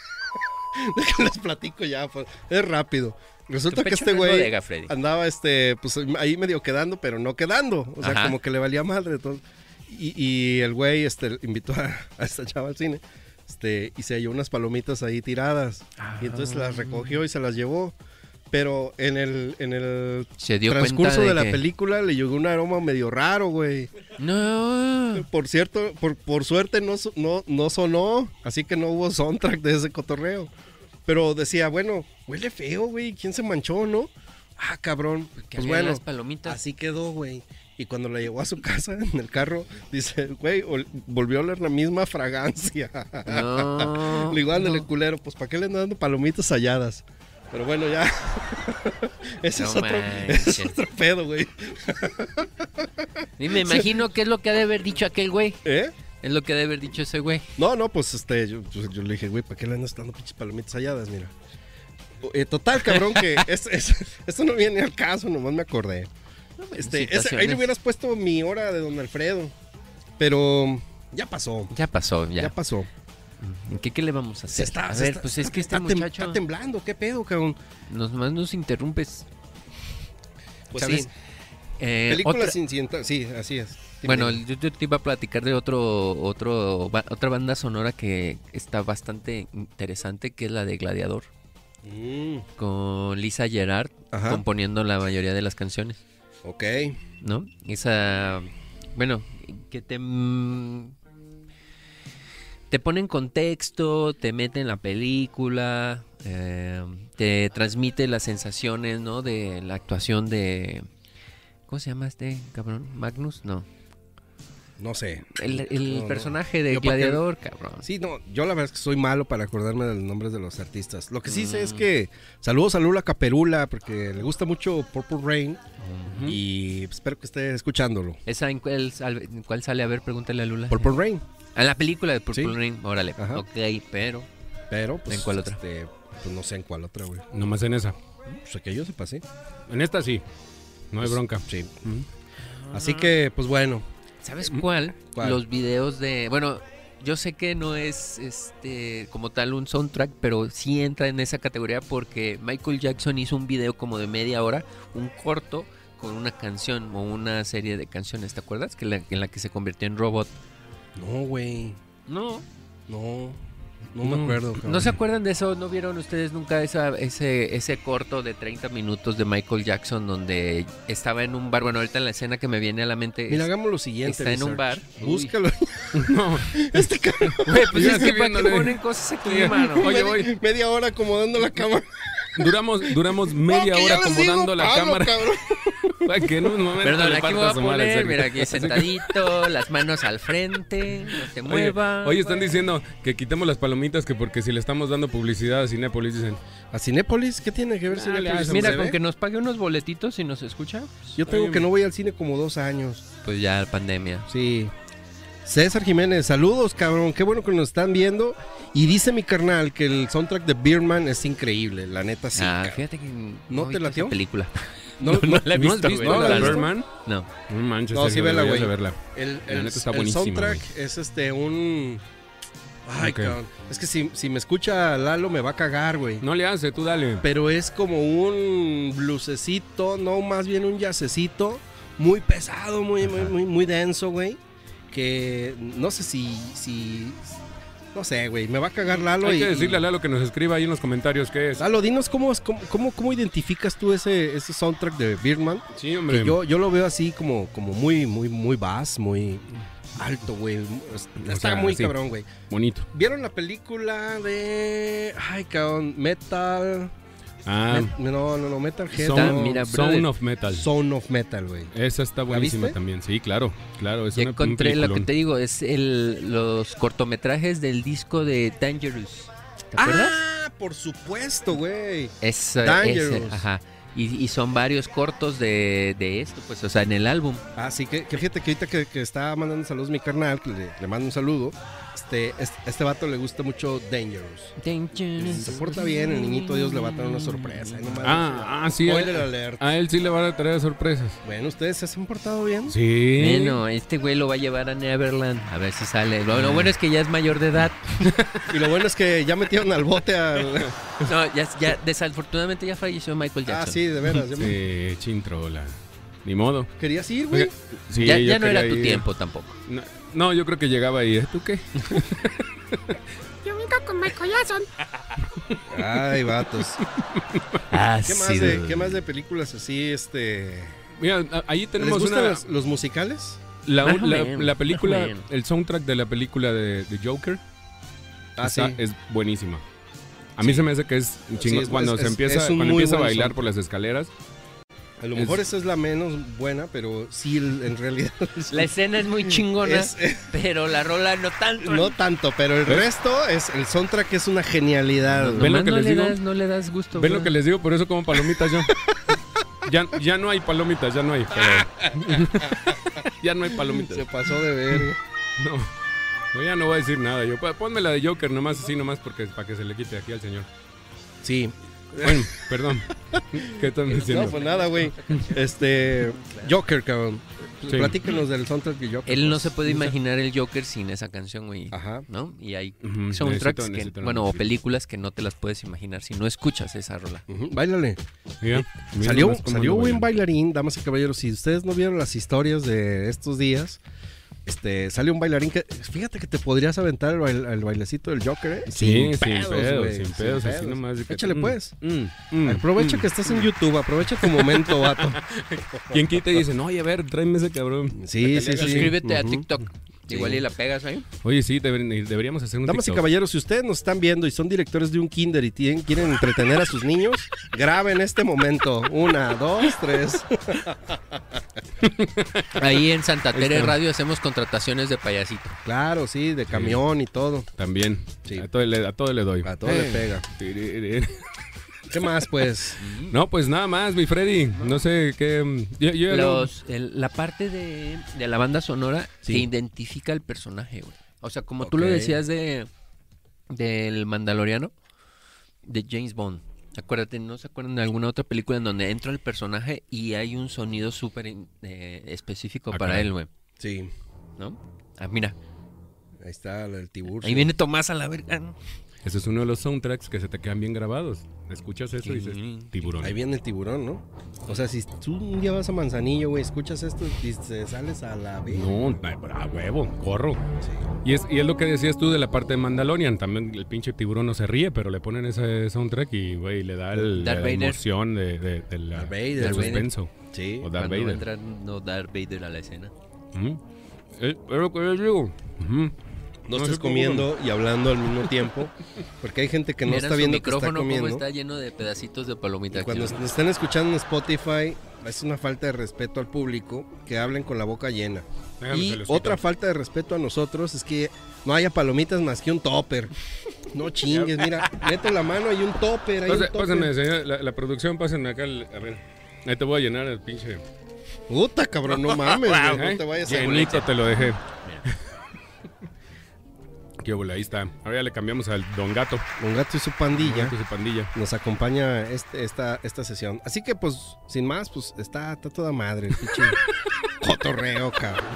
Speaker 3: Déjenles platico ya, pues, es rápido. Resulta
Speaker 2: Tu
Speaker 3: que
Speaker 2: pecho
Speaker 3: este
Speaker 2: no es
Speaker 3: güey
Speaker 2: bodega, Freddy.
Speaker 3: andaba este, pues ahí medio quedando, pero no quedando. O sea,
Speaker 2: Ajá.
Speaker 3: como que le valía madre. Entonces, y, y el güey este, invitó a, a esta chava al cine. Este, y se halló unas palomitas ahí tiradas. Y entonces las
Speaker 2: Ah.
Speaker 3: recogió y se las llevó. Pero en el, en el
Speaker 2: Se dio
Speaker 3: transcurso de,
Speaker 2: cuenta de
Speaker 3: la
Speaker 2: que-
Speaker 3: película le llegó un aroma medio raro, güey.
Speaker 2: No.
Speaker 3: Por cierto, por, por suerte no, so- no, no sonó, así que no hubo soundtrack de ese cotorreo. Pero decía, bueno, huele feo, güey, ¿quién se manchó, no? Ah, cabrón,
Speaker 2: Que
Speaker 3: pues
Speaker 2: había
Speaker 3: bueno,
Speaker 2: las palomitas.
Speaker 3: así quedó, güey. Y cuando la llevó a su casa en el carro, dice, güey, ol- volvió a oler la misma fragancia.
Speaker 2: No.
Speaker 3: Le digo, ándale, culero, pues ¿para qué le andan dando palomitas halladas? Pero bueno, ya. ese,
Speaker 2: No
Speaker 3: es otro, ese es
Speaker 2: manches.
Speaker 3: otro pedo, güey.
Speaker 2: Y me imagino qué es lo que ha de haber dicho aquel güey.
Speaker 3: ¿Eh?
Speaker 2: Es lo que ha de haber dicho ese güey.
Speaker 3: No, no, pues este, yo, pues, yo le dije, güey, ¿para qué le andas dando pinches palomitas halladas? Mira. Eh, total, cabrón, que es- es- esto no viene ni al caso, nomás me acordé. Este, ese- ahí
Speaker 2: situaciones.
Speaker 3: le hubieras puesto mi hora de Don Alfredo. Pero ya pasó.
Speaker 2: Ya pasó, ya.
Speaker 3: Ya, pasó.
Speaker 2: ¿Qué, qué le vamos a hacer?
Speaker 3: Se está,
Speaker 2: a
Speaker 3: se
Speaker 2: ver,
Speaker 3: está-
Speaker 2: pues es que este
Speaker 3: está tem-
Speaker 2: muchacho
Speaker 3: está temblando, ¿qué pedo, cabrón?
Speaker 2: nos más nos interrumpes.
Speaker 3: Pues
Speaker 2: ¿Sabes?
Speaker 3: sí,
Speaker 2: Eh,
Speaker 3: películas
Speaker 2: otra-
Speaker 3: sin cinta- sí, así es.
Speaker 2: Bueno, yo, yo te iba a platicar de otro, otro, ba- otra banda sonora que está bastante interesante, que es la de Gladiador,
Speaker 3: Mm,
Speaker 2: con Lisa Gerard
Speaker 3: Ajá.
Speaker 2: componiendo la mayoría de las canciones,
Speaker 3: ok.
Speaker 2: ¿no? Esa, bueno, que te mm, te pone en contexto, te mete en la película, eh, te transmite las sensaciones, ¿no? De la actuación de, ¿cómo se llama este cabrón? Magnus, no.
Speaker 3: No sé.
Speaker 2: El, el
Speaker 3: No, no.
Speaker 2: personaje de
Speaker 3: Yo porque-
Speaker 2: Gladiador, cabrón.
Speaker 3: Sí, no, yo la verdad es que soy malo para acordarme de los nombres de los artistas. Lo que sí sé es que saludos a Lula Caperula porque le gusta mucho Purple Rain y espero que esté escuchándolo.
Speaker 2: ¿Esa en cuál, sal- en cuál sale? A ver, pregúntale a Lula.
Speaker 3: Purple Rain,
Speaker 2: Ah, En la película de Purple
Speaker 3: Sí.
Speaker 2: Rain, órale.
Speaker 3: Ajá.
Speaker 2: Ok, pero...
Speaker 3: pero pues
Speaker 2: ¿En cuál otra?
Speaker 3: este, pues no sé en cuál otra, güey.
Speaker 1: Nomás en esa.
Speaker 3: Pues que yo sepa, sí.
Speaker 1: En esta sí. No hay
Speaker 3: Pues
Speaker 1: bronca.
Speaker 3: Sí. Así que pues bueno,
Speaker 2: ¿Sabes cuál?
Speaker 3: ¿Cuál?
Speaker 2: Los videos de... Bueno, yo sé que no es este como tal un soundtrack, pero sí entra en esa categoría porque Michael Jackson hizo un video como de media hora, un corto, con una canción o una serie de canciones, ¿te acuerdas? Que la- en la que se convirtió en robot.
Speaker 3: no, güey.
Speaker 2: No, Mm.
Speaker 3: No. No me
Speaker 1: No,
Speaker 3: acuerdo. cabrón.
Speaker 2: ¿No se acuerdan de eso? ¿No vieron ustedes nunca esa- ese, ese corto de 30 minutos de Michael Jackson donde estaba en un bar? Bueno, ahorita en la escena que me viene a la mente... es-
Speaker 3: Mira, hagamos lo siguiente.
Speaker 2: Está en un
Speaker 3: research.
Speaker 2: bar. Uy.
Speaker 3: Búscalo.
Speaker 1: No.
Speaker 3: Este cabrón.
Speaker 2: Güey, pues
Speaker 1: Ya estoy
Speaker 2: es que para qué
Speaker 1: viéndole.
Speaker 2: ponen cosas aquí, mano.
Speaker 1: Oye,
Speaker 3: Media-
Speaker 1: voy.
Speaker 3: Media hora acomodando la cámara.
Speaker 1: Duramos, duramos media
Speaker 3: No, que ya
Speaker 1: hora
Speaker 3: les digo,
Speaker 1: acomodando la
Speaker 3: Pablo,
Speaker 1: cámara
Speaker 3: cabrón.
Speaker 1: para que en un momento
Speaker 2: Perdón,
Speaker 1: le
Speaker 2: aquí me voy
Speaker 1: parta
Speaker 2: a
Speaker 1: su madre,
Speaker 2: poner,
Speaker 1: Sergio.
Speaker 2: mira, aquí sentadito, las manos al frente, no te
Speaker 1: Oye,
Speaker 2: muevas.
Speaker 1: oye, están
Speaker 2: güey.
Speaker 1: diciendo que quitemos las palomitas que porque si le estamos dando publicidad a Cinépolis dicen,
Speaker 3: ¿A Cinépolis? ¿Qué tiene que ver
Speaker 1: Ah,
Speaker 3: Cinépolis?
Speaker 1: le
Speaker 2: Mira,
Speaker 3: ¿Se
Speaker 2: con
Speaker 3: ve?
Speaker 2: que nos pague unos boletitos y nos escucha,
Speaker 3: Yo tengo que no voy al cine como dos años.
Speaker 2: pues ya pandemia.
Speaker 3: Sí. César Jiménez, saludos, cabrón. Qué bueno que nos están viendo. Y dice mi carnal que el soundtrack de Beerman es increíble. La neta, sí.
Speaker 2: ah,
Speaker 3: cabrón.
Speaker 2: fíjate que no,
Speaker 3: ¿No
Speaker 2: he
Speaker 3: te
Speaker 2: visto
Speaker 3: latió?
Speaker 2: esa película.
Speaker 3: No,
Speaker 2: no
Speaker 3: no,
Speaker 2: la he
Speaker 1: ¿no has
Speaker 2: visto,
Speaker 1: visto
Speaker 2: güey,
Speaker 1: la
Speaker 2: no
Speaker 1: de
Speaker 2: la he visto.
Speaker 1: Birdman?
Speaker 2: No.
Speaker 1: No manches,
Speaker 3: No, sí,
Speaker 1: Sergio,
Speaker 3: vela,
Speaker 1: deberías de
Speaker 3: güey.
Speaker 1: verla.
Speaker 3: el,
Speaker 1: La
Speaker 3: el-
Speaker 1: neta está
Speaker 3: el
Speaker 1: buenísima,
Speaker 3: soundtrack es este, un. Ay,
Speaker 1: Ok.
Speaker 3: cabrón. Es que si, si me escucha Lalo, me va a cagar, güey.
Speaker 1: No le hace, tú dale.
Speaker 3: Pero es como un blusecito, no, más bien un yacecito, muy pesado, muy, muy, muy, muy denso, güey. Que no sé si, si, no sé, güey, me va a cagar Lalo.
Speaker 1: Hay
Speaker 3: y- Ah,
Speaker 1: que decirle
Speaker 3: y-
Speaker 1: a Lalo que nos escriba ahí en los comentarios qué es.
Speaker 3: Lalo, dinos cómo, es- cómo, cómo, cómo identificas tú ese, ese soundtrack de Birdman.
Speaker 1: Sí, hombre.
Speaker 3: Que yo, yo lo veo así como, como muy, muy, muy bass, muy alto, güey. Es-
Speaker 1: O
Speaker 3: Está
Speaker 1: sea,
Speaker 3: muy
Speaker 1: sí.
Speaker 3: cabrón, güey.
Speaker 1: Bonito.
Speaker 3: ¿Vieron la película de... Ay, cabrón, Metal...
Speaker 1: Ah,
Speaker 3: Met- no, no, no, Metal Head.
Speaker 2: Está,
Speaker 1: Sound,
Speaker 3: no.
Speaker 2: mira,
Speaker 1: Sound
Speaker 2: brother.
Speaker 1: of Metal.
Speaker 3: Sound of Metal, güey.
Speaker 1: Esa está buenísima
Speaker 3: viste?
Speaker 1: también. Sí, claro. Claro, es
Speaker 2: Ya
Speaker 1: una un
Speaker 2: encontré lo que
Speaker 1: peliculón.
Speaker 2: te digo, es el, los cortometrajes del disco de Dangerous. ¿Te acuerdas?
Speaker 3: Ah, por supuesto, güey.
Speaker 2: Es,
Speaker 3: Dangerous.
Speaker 2: ajá. Y, y son varios cortos de, de esto, pues, o sea, en el álbum.
Speaker 3: Ah, Así que, que fíjate que ahorita que, que está mandando saludos mi carnal, que le, le mando un saludo. Este, este, este vato le gusta mucho Dangerous.
Speaker 1: Mm.
Speaker 3: Se porta bien, el niñito Dios le va a dar una sorpresa. Ay, no mames,
Speaker 1: Ah, ah, sí.
Speaker 3: Spoiler
Speaker 1: a-
Speaker 3: alert.
Speaker 1: A él sí le van a traer sorpresas.
Speaker 3: Bueno, ¿ustedes se han portado bien?
Speaker 1: Sí.
Speaker 2: Bueno, este güey lo va a llevar a Neverland. A ver si sale. Lo, lo bueno es que ya es mayor de edad.
Speaker 3: Y lo bueno es que ya metieron al bote al...
Speaker 2: No, ya, ya- desafortunadamente ya falleció Michael
Speaker 3: Ah,
Speaker 2: Jackson.
Speaker 3: sí, de veras. yo me-
Speaker 1: Sí, chintrola. Ni modo.
Speaker 3: Querías ir, güey.
Speaker 1: Oiga, Sí,
Speaker 2: ya
Speaker 1: yo
Speaker 2: ya no era
Speaker 1: quería
Speaker 2: tu
Speaker 1: ir.
Speaker 2: tiempo tampoco.
Speaker 1: No, no, yo creo que llegaba ahí. ¿eh? ¿Tú qué?
Speaker 3: Ay, vatos.
Speaker 2: Ah,
Speaker 3: ¿Qué más, de, ¿Qué más de películas así, este...
Speaker 1: Mira, a- ahí
Speaker 3: ¿Les
Speaker 1: tenemos
Speaker 3: gustan
Speaker 1: una.
Speaker 3: las- los musicales?
Speaker 1: La,
Speaker 2: Más o
Speaker 1: la-
Speaker 2: menos,
Speaker 1: la
Speaker 2: más
Speaker 1: película,
Speaker 2: o menos.
Speaker 1: el soundtrack de la película de, de Joker
Speaker 3: Ah,
Speaker 1: está-
Speaker 3: sí.
Speaker 1: es buenísima. A mí se me hace que es un chingo.
Speaker 3: es-
Speaker 1: cuando
Speaker 3: es-
Speaker 1: se
Speaker 3: es-
Speaker 1: empieza,
Speaker 3: es un
Speaker 1: cuando
Speaker 3: muy
Speaker 1: empieza a
Speaker 3: buen
Speaker 1: bailar
Speaker 3: soundtrack.
Speaker 1: por las escaleras.
Speaker 3: A lo
Speaker 1: es-
Speaker 3: mejor esa es la menos buena, pero sí, el- en realidad... es-
Speaker 2: La escena es muy chingona,
Speaker 3: es- eh,
Speaker 2: pero la rola no tanto.
Speaker 3: no tanto, pero el
Speaker 1: ¿Ves?
Speaker 3: resto es... El soundtrack es una genialidad.
Speaker 1: ¿Ven
Speaker 2: Nomás
Speaker 1: lo que
Speaker 2: no
Speaker 1: les
Speaker 2: le
Speaker 1: digo?
Speaker 2: das, no le das gusto.
Speaker 1: ¿Ven lo
Speaker 2: güey.
Speaker 1: que les digo? Por eso como palomitas yo. ya, ya no hay palomitas, ya no hay. pero- ya no hay palomitas.
Speaker 3: Se pasó de ver.
Speaker 1: No. No, ya no voy a decir nada. Yo, Pa- ponme la de Joker nomás así, nomás porque para que se le quite aquí al señor.
Speaker 3: Sí.
Speaker 1: Bueno, perdón. ¿Qué están diciendo?
Speaker 3: No, pues nada, güey. Este... Joker, cabrón.
Speaker 1: Sí.
Speaker 3: Platícanos del soundtrack de Joker.
Speaker 2: Él no
Speaker 3: pues.
Speaker 2: se puede imaginar el Joker sin esa canción, güey.
Speaker 3: Ajá.
Speaker 2: ¿No? Y hay
Speaker 1: Ujú,
Speaker 2: soundtracks
Speaker 1: necesito-
Speaker 2: que,
Speaker 1: necesito una
Speaker 2: bueno, o
Speaker 1: música.
Speaker 2: películas que no te las puedes imaginar si no escuchas esa rola.
Speaker 3: Ujú, Báilale.
Speaker 1: Mira, mira
Speaker 3: eh, Salió,
Speaker 1: nomás cómo
Speaker 3: salió
Speaker 1: lo
Speaker 3: buen
Speaker 1: bailan.
Speaker 3: bailarín, damas y caballeros. Si ustedes no vieron las historias de estos días, este, salió un bailarín que, fíjate que te podrías aventar el, bail- el bailecito del Joker, ¿eh?
Speaker 1: Sí, sin
Speaker 3: pedos,
Speaker 1: pedos,
Speaker 3: güey,
Speaker 1: sin
Speaker 3: sin
Speaker 1: pedos, así
Speaker 3: pedos.
Speaker 1: nomás. de que-
Speaker 3: Échale,
Speaker 1: Mm,
Speaker 3: pues.
Speaker 1: mm, mm,
Speaker 3: Aprovecha
Speaker 1: mm.
Speaker 3: que estás en YouTube, aprovecha tu momento, vato.
Speaker 1: Quien quita y dice, no, oye, a ver, tráeme ese cabrón.
Speaker 3: Sí, sí, sí.
Speaker 2: Suscríbete a
Speaker 3: Ujú.
Speaker 2: TikTok. Igual y la pegas ahí.
Speaker 1: Oye, sí, deber- deberíamos hacer un
Speaker 3: Damas y
Speaker 1: TikTok.
Speaker 3: caballeros, si ustedes nos están viendo y son directores de un kinder y tienen- quieren entretener a sus niños, graben este momento. Una, dos, tres.
Speaker 2: Ahí en Santa
Speaker 1: Ahí
Speaker 2: Tere
Speaker 1: está.
Speaker 2: Radio hacemos contrataciones de payasito.
Speaker 3: Claro, sí, de camión y todo.
Speaker 1: También.
Speaker 3: Sí.
Speaker 1: A, todo le, a todo le doy.
Speaker 3: A todo le pega.
Speaker 1: Tiriririr.
Speaker 3: ¿Qué más, pues?
Speaker 1: No, pues nada más, mi Freddy. No sé qué. mm, Yo, yo ya no-
Speaker 2: Los- el- la parte de, de la banda sonora
Speaker 3: Sí.
Speaker 2: te identifica al personaje, güey. O sea, como tú lo
Speaker 3: Ok.
Speaker 2: decías de del Mandaloriano, de James Bond. Acuérdate, ¿no se acuerdan de alguna otra película en donde entra el personaje y hay un sonido súper in- eh, específico
Speaker 1: Ah,
Speaker 2: para
Speaker 1: caray.
Speaker 2: él, güey?
Speaker 3: Sí.
Speaker 2: ¿No? Ah, mira,
Speaker 3: Ahí está el tiburón.
Speaker 2: ahí viene Tomás a la verga.
Speaker 1: Ese es uno de los soundtracks que se te quedan bien grabados. Escuchas eso y dices, tiburón.
Speaker 3: Ahí viene el tiburón, ¿no? O sea, si tú un día vas a Manzanillo, güey, escuchas esto y te sales a la vez.
Speaker 1: No, a huevo, corro. Y es, y es lo que decías tú de la parte de Mandalorian. También el pinche tiburón no se ríe, pero le ponen ese soundtrack y, güey, le da el,
Speaker 2: Darth
Speaker 1: la
Speaker 2: Vader.
Speaker 1: emoción de, de- de la-
Speaker 3: Darth Vader,
Speaker 1: del
Speaker 2: Darth Vader.
Speaker 1: suspenso.
Speaker 3: Sí.
Speaker 1: O Darth
Speaker 2: Cuando
Speaker 1: Vader.
Speaker 2: va entrando Darth Vader a la escena.
Speaker 1: Ujú. Es, es lo que yo digo. Ujú.
Speaker 3: No,
Speaker 1: No
Speaker 3: estás
Speaker 1: se
Speaker 3: comiendo y hablando al mismo tiempo, porque hay gente que no
Speaker 2: Mira
Speaker 3: está
Speaker 2: su
Speaker 3: viendo que está
Speaker 2: micrófono cómo
Speaker 3: comiendo.
Speaker 2: está lleno de pedacitos de palomita.
Speaker 3: Y Cuando
Speaker 2: aquí,
Speaker 3: nos estén escuchando en Spotify, es una falta de respeto al público que hablen con la boca llena.
Speaker 1: Déjame se
Speaker 3: y
Speaker 1: los quito.
Speaker 3: otra falta de respeto a nosotros es que no haya palomitas más que un topper. No chingues, mira, meto la mano, hay un topper, hay un
Speaker 1: Pase-
Speaker 3: topper.
Speaker 1: Pásame, señor, la, la producción, pásenme acá. el- a ver, ahí te voy a llenar el pinche.
Speaker 3: Puta, cabrón, no mames, güey, Ah, no
Speaker 1: ¿eh?
Speaker 3: te vayas a
Speaker 1: Llenito te lo dejé. Qué bola, ahí está. Ahora ya le cambiamos al Don Gato.
Speaker 3: Un gato y su
Speaker 1: Don
Speaker 3: pandilla
Speaker 1: Gato y su pandilla.
Speaker 3: nos acompaña este- esta, esta sesión. Así que, pues, sin más, pues está, está toda madre el pinche cotorreo, cabrón.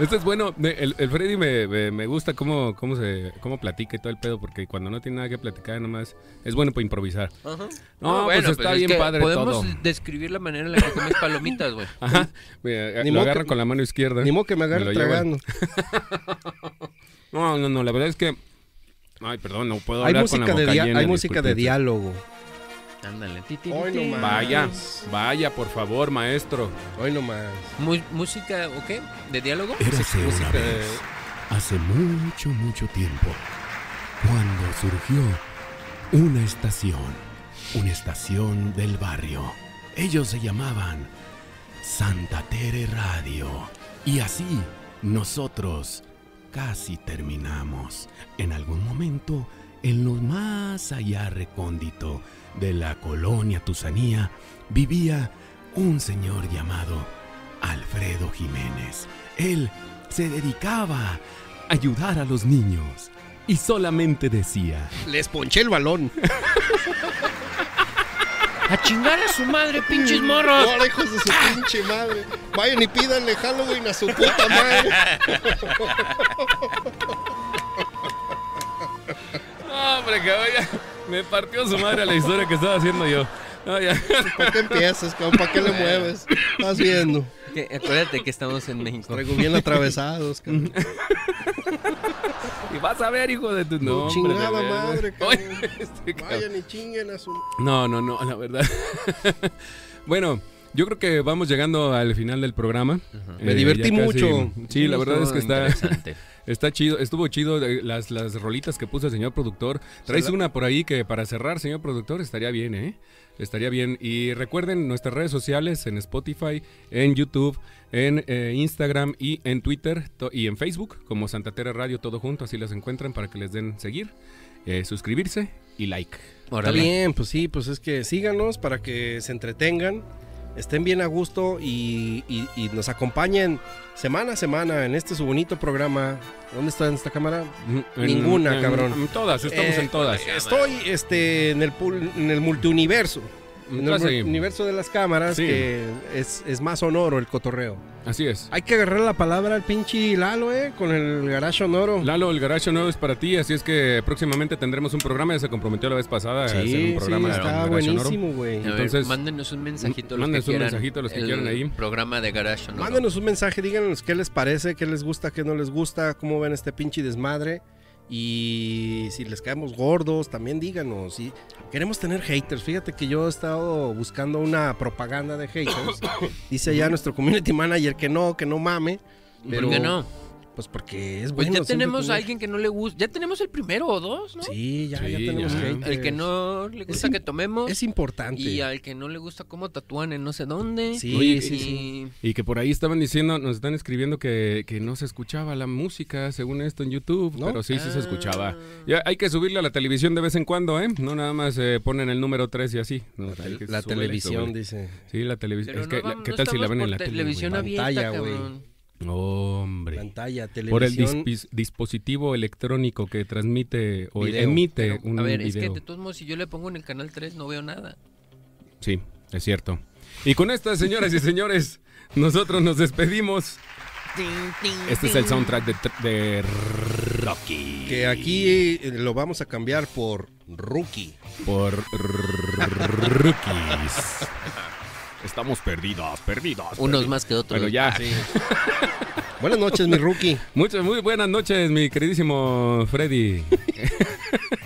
Speaker 1: Esto es bueno. me- El, el Freddy me, me- me gusta cómo, cómo, se, cómo platica y todo el pedo, porque cuando no tiene nada que platicar, nomás es bueno para improvisar. No, pues está
Speaker 2: Ah, es
Speaker 1: bien
Speaker 2: que
Speaker 1: padre
Speaker 2: Podemos
Speaker 1: todo.
Speaker 2: describir la manera en la que comes palomitas, güey.
Speaker 1: Ajá. Mira,
Speaker 3: Ni
Speaker 1: lo
Speaker 3: modo
Speaker 1: agarran
Speaker 3: que-
Speaker 1: con la mano izquierda.
Speaker 3: Ni modo que me
Speaker 1: lo
Speaker 3: agarre
Speaker 1: llevan.
Speaker 3: tragando.
Speaker 1: No, no, no. La verdad es que. Ay, perdón, no puedo
Speaker 3: Hay
Speaker 1: hablar con
Speaker 3: música,
Speaker 1: la
Speaker 3: de,
Speaker 1: boca
Speaker 3: dia-
Speaker 1: llena,
Speaker 3: hay música de
Speaker 1: disculpen.
Speaker 3: diálogo.
Speaker 2: Ándale. ti, ti, ti,
Speaker 3: Hoy
Speaker 2: ti.
Speaker 3: no más.
Speaker 1: Vaya, vaya, por favor, maestro.
Speaker 3: Hoy no más.
Speaker 2: Mu- música, ¿o qué? ¿De diálogo?
Speaker 6: Érase una
Speaker 3: música de-
Speaker 6: vez, hace mucho, mucho tiempo, cuando surgió una estación, una estación del barrio. Ellos se llamaban Santa Tere Radio. Y así nosotros casi terminamos. En algún momento, en lo más allá recóndito de la colonia Tusanía, vivía un señor llamado Alfredo Jiménez. Él se dedicaba ayudar a los niños y solamente decía,
Speaker 3: Les ponché el balón.
Speaker 2: A chingar a su madre, pinches morros.
Speaker 3: Ahora, hijos de su pinche madre. Vayan y pídanle Halloween a su puta madre.
Speaker 1: No, hombre, cabrón, ya me partió su madre la historia que estaba haciendo yo. No, ya.
Speaker 3: ¿Para qué empiezas, cabrón? ¿Para qué le mueves? Estás viendo.
Speaker 2: Que- Acuérdate que estamos en México.
Speaker 3: Traigo bien atravesados, cabrón.
Speaker 1: Y vas a ver, hijo de tu no, hombre,
Speaker 3: chingada
Speaker 1: de verdad.
Speaker 3: madre, cabrón.
Speaker 1: Oye, este cabrón.
Speaker 3: Vayan y chinguen a su.
Speaker 1: No, no, no, la verdad. bueno, yo creo que vamos llegando al final del programa. Eh,
Speaker 3: Me divertí
Speaker 1: ya
Speaker 3: mucho.
Speaker 1: Sí, la verdad es que está,
Speaker 2: Interesante.
Speaker 1: está chido, estuvo chido de- las, las rolitas que puso el señor productor. Traes
Speaker 3: la-
Speaker 1: una por ahí que para cerrar, señor productor, estaría bien, ¿eh? Estaría bien. Y recuerden nuestras redes sociales en Spotify, en YouTube, en eh, Instagram y en Twitter to- y en Facebook como Santa Tere Radio, todo junto. Así las encuentran para que les den seguir, eh, suscribirse y like.
Speaker 3: Está
Speaker 2: Órale.
Speaker 3: bien, pues sí, pues es que síganos para que se entretengan, estén bien a gusto y, y- y nos acompañen semana a semana en este su bonito programa. ¿Dónde está esta cámara?
Speaker 1: Mm, En-
Speaker 3: Ninguna,
Speaker 1: en-
Speaker 3: cabrón.
Speaker 1: en todas, estamos
Speaker 3: Eh,
Speaker 1: en todas.
Speaker 3: Estoy este, en, el, pul- en el multiuniverso. En el
Speaker 1: Así,
Speaker 3: universo de las cámaras,
Speaker 1: Ah, Sí.
Speaker 3: que es, es más sonoro el cotorreo.
Speaker 1: así es.
Speaker 3: Hay que agarrar la palabra al pinche Lalo, eh, con el garaje sonoro.
Speaker 1: Lalo, el garaje nuevo es para ti, así es que próximamente tendremos un programa. Ya se comprometió la vez pasada a hacer un
Speaker 3: sí, sí,
Speaker 1: programa de
Speaker 3: está
Speaker 1: Garage Sonoro.
Speaker 3: buenísimo, güey.
Speaker 2: A ver,
Speaker 1: Entonces,
Speaker 2: mándenos un mensajito a los
Speaker 1: mándenos
Speaker 2: que
Speaker 1: un
Speaker 2: quieran.
Speaker 1: mensajito a los que quieran ahí.
Speaker 2: Programa de Garage Sonoro.
Speaker 3: Mándenos un mensaje, díganos qué les parece, qué les gusta, qué no les gusta, cómo ven este pinche desmadre. Y si les caemos gordos, también díganos. Y queremos tener haters. Fíjate que yo he estado buscando una propaganda de haters. Dice ya nuestro community manager que no, que no mame. Pero,
Speaker 2: ¿Por qué no?
Speaker 3: Pues porque es
Speaker 2: Pues
Speaker 3: bueno.
Speaker 2: ya
Speaker 3: siempre
Speaker 2: tenemos a
Speaker 3: tener-
Speaker 2: alguien que no le gusta. Ya tenemos el primero o dos, ¿no?
Speaker 3: Sí, ya, ya
Speaker 1: Sí,
Speaker 3: tenemos
Speaker 1: ya.
Speaker 3: haters.
Speaker 2: El que no le gusta
Speaker 3: im-
Speaker 2: que tomemos.
Speaker 3: Es importante.
Speaker 2: Y al que no le gusta cómo tatúan en no sé dónde.
Speaker 3: Sí,
Speaker 1: Oye,
Speaker 3: sí,
Speaker 2: y-
Speaker 3: sí.
Speaker 1: Y que por ahí estaban diciendo, nos están escribiendo que, que no se escuchaba la música según esto en YouTube,
Speaker 3: ¿No?
Speaker 1: pero sí, sí se escuchaba.
Speaker 2: Ah.
Speaker 1: Ya, hay que subirla a la televisión de vez en cuando, ¿eh? No nada más eh, ponen el número 3 y así. No, hay que
Speaker 3: La
Speaker 1: subirle,
Speaker 3: televisión,
Speaker 1: subirle.
Speaker 3: dice.
Speaker 1: Sí, la televisión.
Speaker 2: Pero
Speaker 1: Pues Es que,
Speaker 2: no
Speaker 1: la-
Speaker 2: vamos-
Speaker 1: ¿Qué
Speaker 2: no
Speaker 1: tal si la
Speaker 2: estamos
Speaker 1: ven en
Speaker 2: por
Speaker 1: la tele,
Speaker 2: televisión
Speaker 1: güey?
Speaker 2: abierta,
Speaker 3: Pantalla, güey.
Speaker 2: cabrón?
Speaker 1: Hombre.
Speaker 3: Pantalla, televisión.
Speaker 1: por el dispis- dispositivo electrónico que transmite o
Speaker 3: Video.
Speaker 1: emite un
Speaker 2: a ver, es que
Speaker 1: video.
Speaker 2: de todos modos, si yo le pongo en el canal 3, no veo nada.
Speaker 1: Sí, es cierto. Y con estas, señoras y señores, nosotros nos despedimos. Este es el soundtrack de, tr- de Rocky
Speaker 3: Que aquí eh, lo vamos a cambiar por Rookie.
Speaker 1: por Rookies. Estamos perdidas, perdidas.
Speaker 2: Unos Ah,
Speaker 1: perdidas.
Speaker 2: más que otros.
Speaker 1: Bueno, ya.
Speaker 3: Buenas noches, mi Rookie.
Speaker 1: Muchas, muy buenas noches, mi queridísimo Freddy.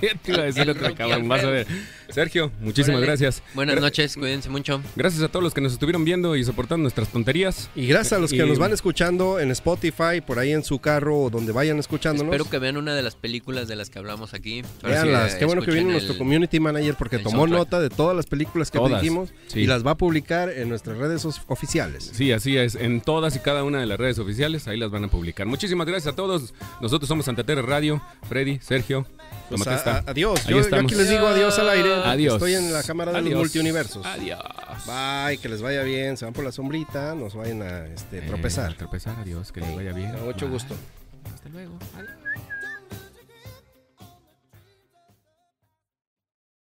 Speaker 1: Ya te iba a decir
Speaker 2: El
Speaker 1: otra,
Speaker 2: Rookie
Speaker 1: cabrón, vas a ver. Sergio, muchísimas
Speaker 2: Órale.
Speaker 1: gracias.
Speaker 2: Buenas noches, cuídense mucho.
Speaker 1: Gracias a todos los que nos estuvieron viendo y soportando nuestras tonterías.
Speaker 3: Y gracias a los que
Speaker 1: Y-
Speaker 3: nos van escuchando en Spotify, por ahí en su carro o donde vayan escuchándonos.
Speaker 2: Espero que vean una de las películas de las que hablamos aquí. Ahora sí,
Speaker 3: Veanlas,
Speaker 2: eh,
Speaker 3: qué bueno que viene
Speaker 2: escuchen
Speaker 3: nuestro
Speaker 2: el-
Speaker 3: community manager porque
Speaker 2: el
Speaker 3: tomó
Speaker 2: soundtrack.
Speaker 3: nota de todas las películas que te
Speaker 1: Todas,
Speaker 3: dijimos
Speaker 1: sí.
Speaker 3: y las va a publicar en nuestras redes of- oficiales.
Speaker 1: Sí, así es. En todas y cada una de las redes oficiales, ahí las van a publicar. Muchísimas gracias a todos. Nosotros somos Santa Terra Radio, Freddy, Sergio,
Speaker 3: Pues
Speaker 1: Tomate
Speaker 3: a-
Speaker 1: está.
Speaker 3: a- adiós.
Speaker 1: Ahí
Speaker 3: Yo, yo
Speaker 1: estamos.
Speaker 3: aquí les digo adiós al aire.
Speaker 1: Adiós.
Speaker 3: Estoy en la cámara de
Speaker 1: Adiós.
Speaker 3: los multiuniversos.
Speaker 1: Adiós.
Speaker 3: Bye, que les vaya bien. Se van por la sombrita, nos vayan a este,
Speaker 1: Eh,
Speaker 3: tropezar.
Speaker 1: tropezar, adiós, que les vaya bien.
Speaker 3: Con mucho
Speaker 1: Bye.
Speaker 3: gusto.
Speaker 1: Hasta luego. Adiós.